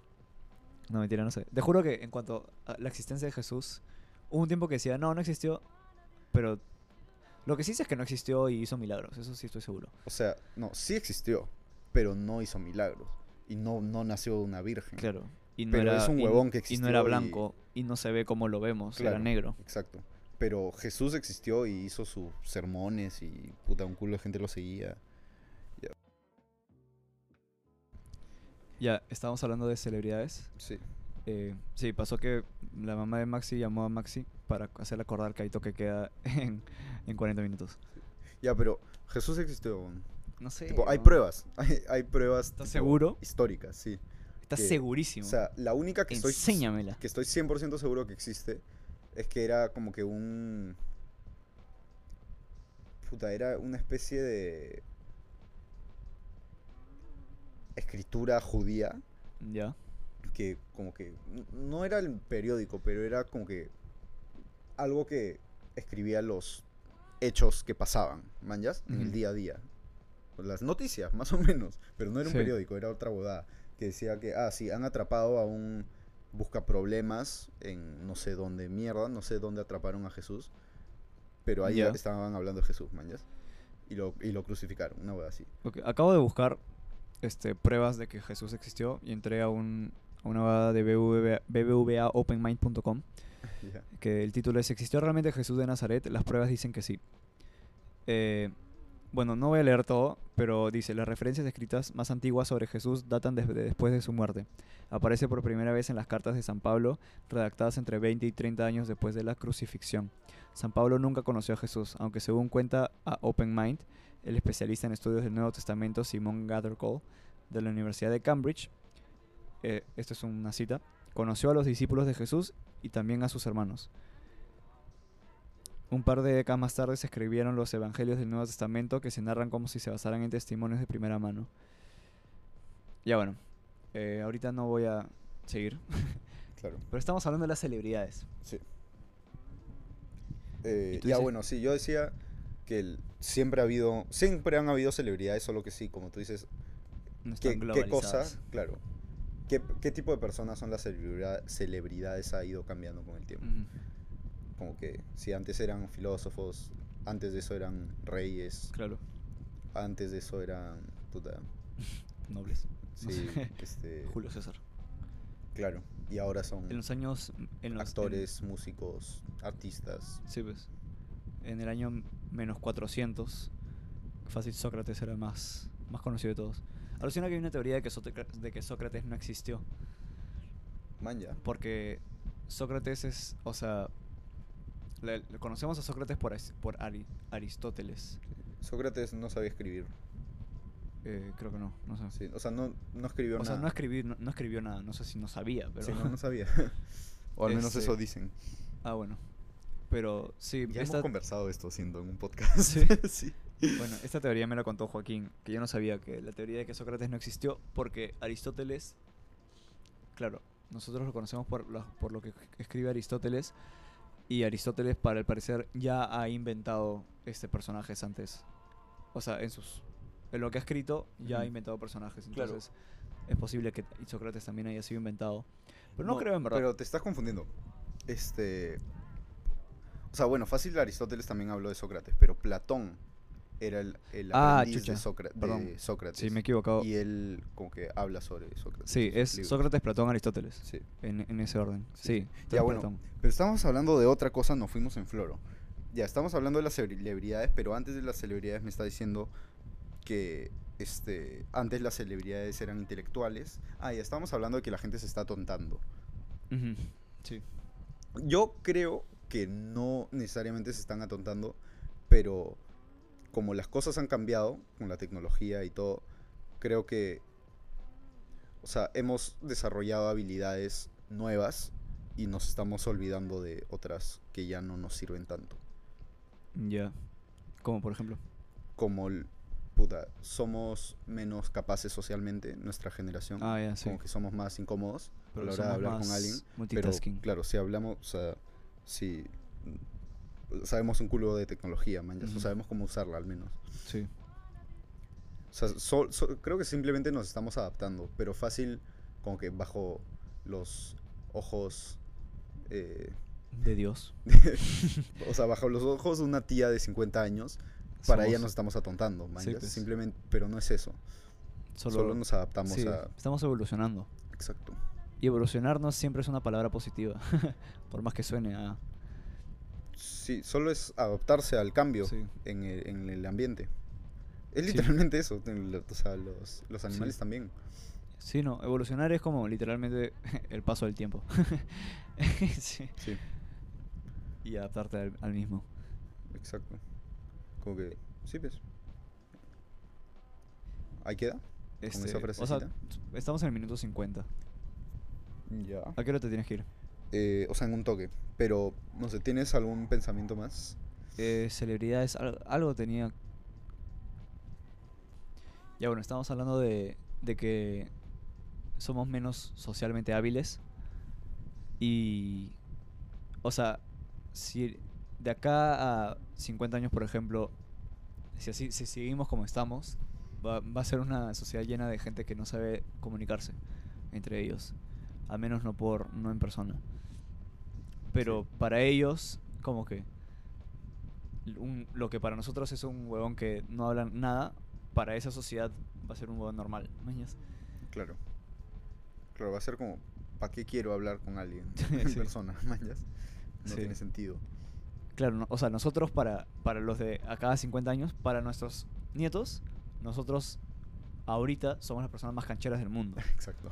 S1: No, mentira, no sé. Te juro que en cuanto a la existencia de Jesús, hubo un tiempo que decía, no, no existió, pero. Lo que sí sé es que no existió y hizo milagros, eso sí estoy seguro.
S2: O sea, no, sí existió, pero no hizo milagros. Y no, no nació de una virgen.
S1: Claro. Y no
S2: Pero
S1: era,
S2: es un
S1: y-
S2: huevón que
S1: Y no era
S2: existió y-
S1: blanco, y, no se ve como lo vemos,
S2: Claro.
S1: era negro.
S2: Exacto. Pero Jesús existió y hizo sus sermones y puta, un culo de gente lo seguía.
S1: Ya, estábamos hablando de celebridades.
S2: Sí.
S1: Eh, sí, pasó que la mamá de Maxi llamó a Maxi para hacerle acordar que hay toque queda en, en 40 minutos.
S2: Ya, pero Jesús existió. weón.
S1: No sé.
S2: tipo, hay
S1: huevón.
S2: pruebas. Hay, hay pruebas.
S1: ¿Estás
S2: tipo,
S1: seguro?
S2: Históricas, sí.
S1: Estás
S2: que- O
S1: segurísimo.
S2: sea, la única que estoy,
S1: Enséñamela.
S2: que estoy 100% seguro que existe es que era como que un. Puta, era una especie de. Escritura judía
S1: Ya.
S2: que como que n- no era el periódico, pero era como que algo que escribía los hechos que pasaban, manjas, en el
S1: Ujú.
S2: día a día. Las noticias, más o menos, pero no era un
S1: Sí.
S2: periódico, era otra bodada que decía que ah, sí, han atrapado a un busca problemas en no sé dónde mierda, no sé dónde atraparon a Jesús, pero ahí
S1: Ya.
S2: estaban hablando de Jesús, manjas. Y lo, y lo crucificaron, una hueá así.
S1: Ok, Acabo de buscar este, pruebas de que Jesús existió y entré a, un, a una bada de BBVA, bbvaopenmind.com
S2: Ya.
S1: que el título es ¿Existió realmente Jesús de Nazaret? Las pruebas dicen que sí. Eh, bueno, no voy a leer todo, pero dice, las referencias escritas más antiguas sobre Jesús datan desde después de su muerte. Aparece por primera vez en las cartas de San Pablo, redactadas entre 20 y 30 años después de la crucifixión. San Pablo nunca conoció a Jesús, aunque según cuenta a Open Mind, el especialista en estudios del Nuevo Testamento Simon Gathercole de la Universidad de Cambridge, eh, esto es una cita, conoció a los discípulos de Jesús y también a sus hermanos. Un par de décadas más tarde se escribieron los evangelios del Nuevo Testamento que se narran como si se basaran en testimonios de primera mano. Ya bueno, eh, ahorita no voy a seguir,
S2: Claro.
S1: pero estamos hablando de las celebridades.
S2: Sí. Eh,
S1: Y tú
S2: ya
S1: dices-
S2: bueno, sí, yo decía que el- siempre ha habido, siempre han habido celebridades, solo que sí, como tú dices,
S1: No
S2: ¿qué,
S1: están
S2: qué
S1: globalizadas.
S2: cosa? Claro. ¿Qué, qué tipo de personas son las celebra- celebridades ha ido cambiando con el tiempo?
S1: Ujú, Mm.
S2: Como que si antes eran filósofos, antes de eso eran reyes,
S1: Claro,
S2: antes de eso eran... Puta,
S1: nobles. No
S2: sí,
S1: sé.
S2: este,
S1: Julio César.
S2: claro. Y ahora son
S1: En los años... En los, en-
S2: mm. actores, músicos, artistas.
S1: Sí, pues. En el año menos 400, fácil Sócrates era más, más conocido de todos. Alucina que hay una teoría de que, Sótecra- de que Sócrates no existió.
S2: Manja.
S1: Porque Sócrates es, o sea, le- le conocemos a Sócrates por, Aris- por Ari- Aristóteles.
S2: Sócrates no sabía escribir.
S1: Eh, creo que no, no sé.
S2: Sí, o sea, no, no escribió
S1: o sea,
S2: nada.
S1: no, escribí, no, no escribió nada, no sé si no sabía, pero...
S2: Sí, no, no sabía. o al menos
S1: Este,
S2: eso dicen.
S1: ah, bueno. Pero sí,
S2: Ya
S1: esta,
S2: hemos conversado esto siendo en un podcast.
S1: Sí.
S2: sí.
S1: Bueno, esta teoría me la contó Joaquín, que yo no sabía que la teoría de que Sócrates no existió porque Aristóteles, claro, nosotros lo conocemos por, la- por lo que escribe Aristóteles y Aristóteles, para el parecer, ya ha inventado este personajes antes, o sea, en sus, en lo que ha escrito ya ha
S2: Ujú.
S1: inventado personajes,
S2: Claro.
S1: entonces es posible que Sócrates también haya sido inventado, pero no, creo en verdad.
S2: Pero te estás confundiendo. Este. O sea, bueno, fácil Aristóteles también habló de Sócrates, pero Platón era el, el
S1: Ah,
S2: aprendiz
S1: chucha.
S2: de, Sócra- de
S1: Perdón.
S2: Sócrates.
S1: sí, me he equivocado.
S2: Y él como que habla sobre Sócrates.
S1: Sí,
S2: en sus
S1: es
S2: libros.
S1: Sócrates, Platón, Aristóteles.
S2: Sí.
S1: En, en ese orden. Sí.
S2: Sí, sí.
S1: tú eres
S2: Ya bueno,
S1: Platón.
S2: pero estamos hablando de otra cosa, nos fuimos en floro. Ya, estamos hablando de las celebridades, pero antes de las celebridades me está diciendo que este, antes las celebridades eran intelectuales. Ah, ya estamos hablando de que la gente se está tontando.
S1: Ujú, Sí.
S2: Yo creo que no necesariamente se están atontando, pero como las cosas han cambiado con la tecnología y todo, creo que, o sea, hemos desarrollado habilidades nuevas y nos estamos olvidando de otras que ya no nos sirven tanto.
S1: Ya. Como por ejemplo.
S2: Como el, puta, somos menos capaces socialmente, nuestra generación,
S1: Ah, ya, sí.
S2: como que somos más incómodos a
S1: Pero
S2: la hora de
S1: somos
S2: hablar con
S1: más
S2: alguien. Pero
S1: Multitasking.
S2: claro, si hablamos, o sea, si sabemos un culo de tecnología, man, ya, o
S1: Ujú.
S2: sabemos cómo usarla al menos.
S1: Sí.
S2: O sea, so- so- creo que simplemente nos estamos adaptando, pero fácil como que bajo los ojos, eh,
S1: De Dios.
S2: o sea, bajo los ojos de una tía de 50 años, para ella nos
S1: Somos
S2: estamos atontando, man,
S1: Sí,
S2: ya,
S1: pues.
S2: simplemente, pero no es eso,
S1: Solo,
S2: solo, nos adaptamos
S1: sí,
S2: a...
S1: Estamos evolucionando.
S2: Exacto.
S1: Y evolucionarnos siempre es una palabra positiva. por más que suene a.
S2: Sí, solo es adaptarse al cambio.
S1: Sí.
S2: en el, en el ambiente. Es
S1: Sí.
S2: literalmente eso. en lo- O sea, los, los
S1: Sí.
S2: animales también.
S1: Sí, no. Evolucionar es como literalmente el paso del tiempo. Sí.
S2: Sí,
S1: Y adaptarte al, al mismo.
S2: exacto. Como que, sí, pues. Ahí queda.
S1: Este,
S2: esa
S1: o sea,
S2: frasecita.
S1: estamos en el minuto 50.
S2: Ya.
S1: ¿A qué hora te tienes que ir?
S2: Eh, o sea, en un toque. Pero, no sé, ¿tienes algún pensamiento más?
S1: Eh, celebridades, al- algo tenía. Ya bueno, estamos hablando de, de que somos menos socialmente hábiles. Y. O sea, si de acá a 50 años, por ejemplo, si, así, si seguimos como estamos, va, va a ser una sociedad llena de gente que no sabe comunicarse entre ellos. Al menos no, por, no en persona. Pero
S2: Sí.
S1: para ellos, como que. un- lo que para nosotros es un huevón que no habla nada, para esa sociedad va a ser un huevón normal. ¿Mañas?
S2: Claro. Claro, va a ser como, ¿para qué quiero hablar con alguien en
S1: Sí.
S2: persona? ¿Mayas? No
S1: Sí.
S2: tiene sentido.
S1: Claro, no- o sea, nosotros para, para los de acá a 50 años, para nuestros nietos, nosotros ahorita somos las personas más cancheras del mundo.
S2: Exacto.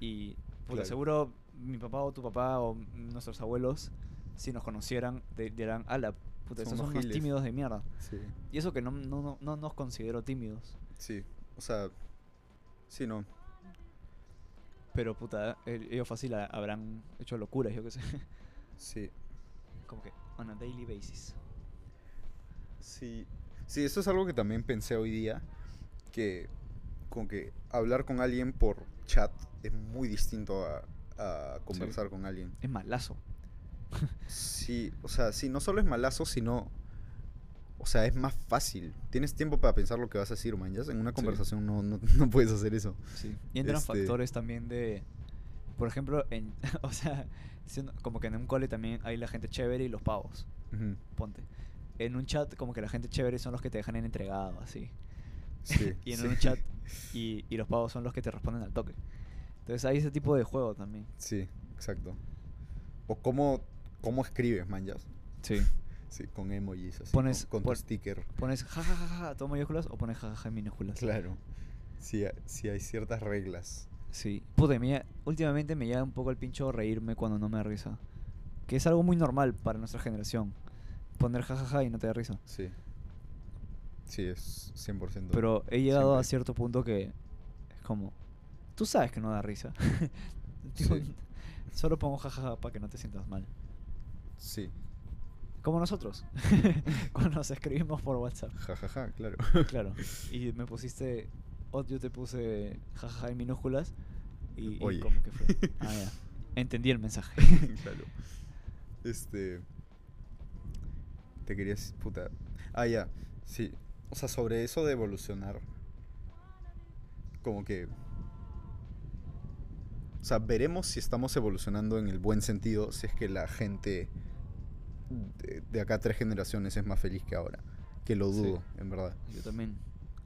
S1: Y puta,
S2: Claro.
S1: seguro mi papá o tu papá o nuestros abuelos, si nos conocieran, te- dirán, ala, puta, estos
S2: Son
S1: son
S2: unos
S1: unos
S2: giles".
S1: tímidos de mierda.
S2: Sí.
S1: Y eso que no, no, no, no nos considero tímidos.
S2: Sí. O sea, sí, no.
S1: Pero puta, el- ellos fácil ha- habrán hecho locuras, yo qué sé.
S2: Sí.
S1: Como que on a daily basis.
S2: Sí. Sí, eso es algo que también pensé hoy día. Que como que hablar con alguien por chat es muy distinto a, a conversar con alguien.
S1: Es malazo.
S2: Sí, o sea, sí, no solo es malazo, sino. O sea, es más fácil. Tienes tiempo para pensar lo que vas a decir, man. ¿ya? En una conversación no, no, no puedes hacer eso.
S1: Sí. Y entran
S2: Este-
S1: factores también de. Por ejemplo, en, o sea, siendo- como que en un cole también hay la gente chévere y los pavos.
S2: Ujú,
S1: Ponte. En un chat, como que la gente chévere son los que te dejan en entregado, así.
S2: Sí.
S1: Y en
S2: sí,
S1: un chat, y, y los pavos son los que te responden al toque. Entonces hay ese tipo de juego también.
S2: Sí, exacto. O cómo, cómo escribes, man. ¿ya?
S1: Sí.
S2: Sí, con emojis. así,
S1: Pones- pues
S2: con, con
S1: pon-
S2: tu sticker.
S1: ¿Pones jajajaja todo mayúsculas o pones jajaja en minúsculas?
S2: Claro. Sí, ha- sí hay ciertas reglas.
S1: Sí. Puta, y me llega- últimamente me llega un poco el pincho reírme cuando no me da risa. Que es algo muy normal para nuestra generación. Poner jajaja y no te da risa.
S2: Sí. Sí, es 100%.
S1: Pero he llegado a
S2: siempre.
S1: cierto punto que es como, tú sabes que no da risa. Tipo,
S2: Sí.
S1: Solo pongo jajaja para que no te sientas mal.
S2: Sí.
S1: Como nosotros, cuando nos escribimos por WhatsApp.
S2: Jajaja, claro.
S1: Claro. Y me pusiste, o yo te puse jajaja en minúsculas y, y
S2: Oye.
S1: como que fue. Ah, ya. Entendí el mensaje.
S2: claro. Este. Te querías. Puta. Ah, ya. Sí. O sea, sobre eso de evolucionar. Como que. O sea, veremos si estamos evolucionando en el buen sentido, si es que la gente de, de acá a tres generaciones es más feliz que ahora. Que lo
S1: Sí.
S2: dudo, en verdad.
S1: Yo también.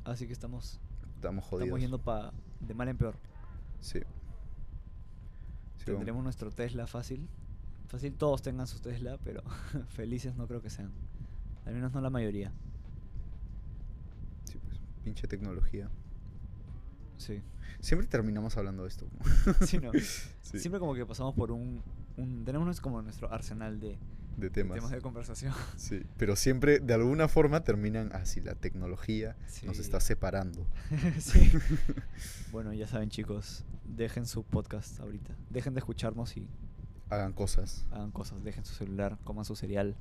S1: Así que estamos,
S2: Estamos jodidos.
S1: estamos yendo pa de mal en peor.
S2: Sí. Sí, vamos.
S1: Tendremos nuestro Tesla fácil. Fácil todos tengan su Tesla, pero felices no creo que sean. Al menos no la mayoría.
S2: Sí, pues, pinche tecnología.
S1: Sí.
S2: Siempre terminamos hablando de esto.
S1: Sí, ¿no?
S2: Sí,
S1: Siempre como que pasamos por un... un- tenemos nues- como nuestro arsenal de
S2: de
S1: de
S2: temas.
S1: temas de conversación.
S2: Sí, pero siempre de alguna forma terminan así. La tecnología nos
S1: Sí.
S2: está separando.
S1: Sí. Bueno, ya saben chicos, dejen su podcast ahorita. Dejen de escucharnos y
S2: Hagan cosas,
S1: hagan cosas. Dejen su celular, coman su cereal,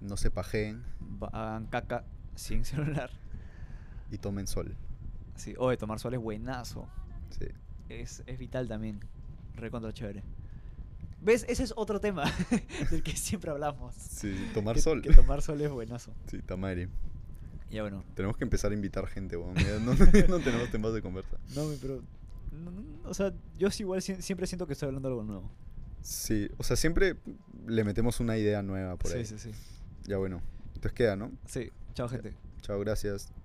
S2: no se pajeen
S1: ba- hagan caca sin celular.
S2: y tomen sol.
S1: Sí. Oye, tomar sol es buenazo.
S2: Sí,
S1: Es, es vital también. Recontra chévere. ¿Ves? Ese es otro tema del que siempre hablamos.
S2: sí, sí, tomar
S1: Que-
S2: sol.
S1: Que tomar sol es buenazo.
S2: Sí, tamari.
S1: Ya bueno.
S2: Tenemos que empezar a invitar gente, weón. ya No, no tenemos temas de conversa.
S1: No, mi, pero. no, no, no, o sea, yo sí igual si- siempre siento que estoy hablando algo nuevo.
S2: Sí, o sea, siempre le metemos una idea nueva por ahí.
S1: sí, sí, sí.
S2: Ya bueno, entonces queda, ¿no?
S1: Sí, chao, gente.
S2: Chao, gracias.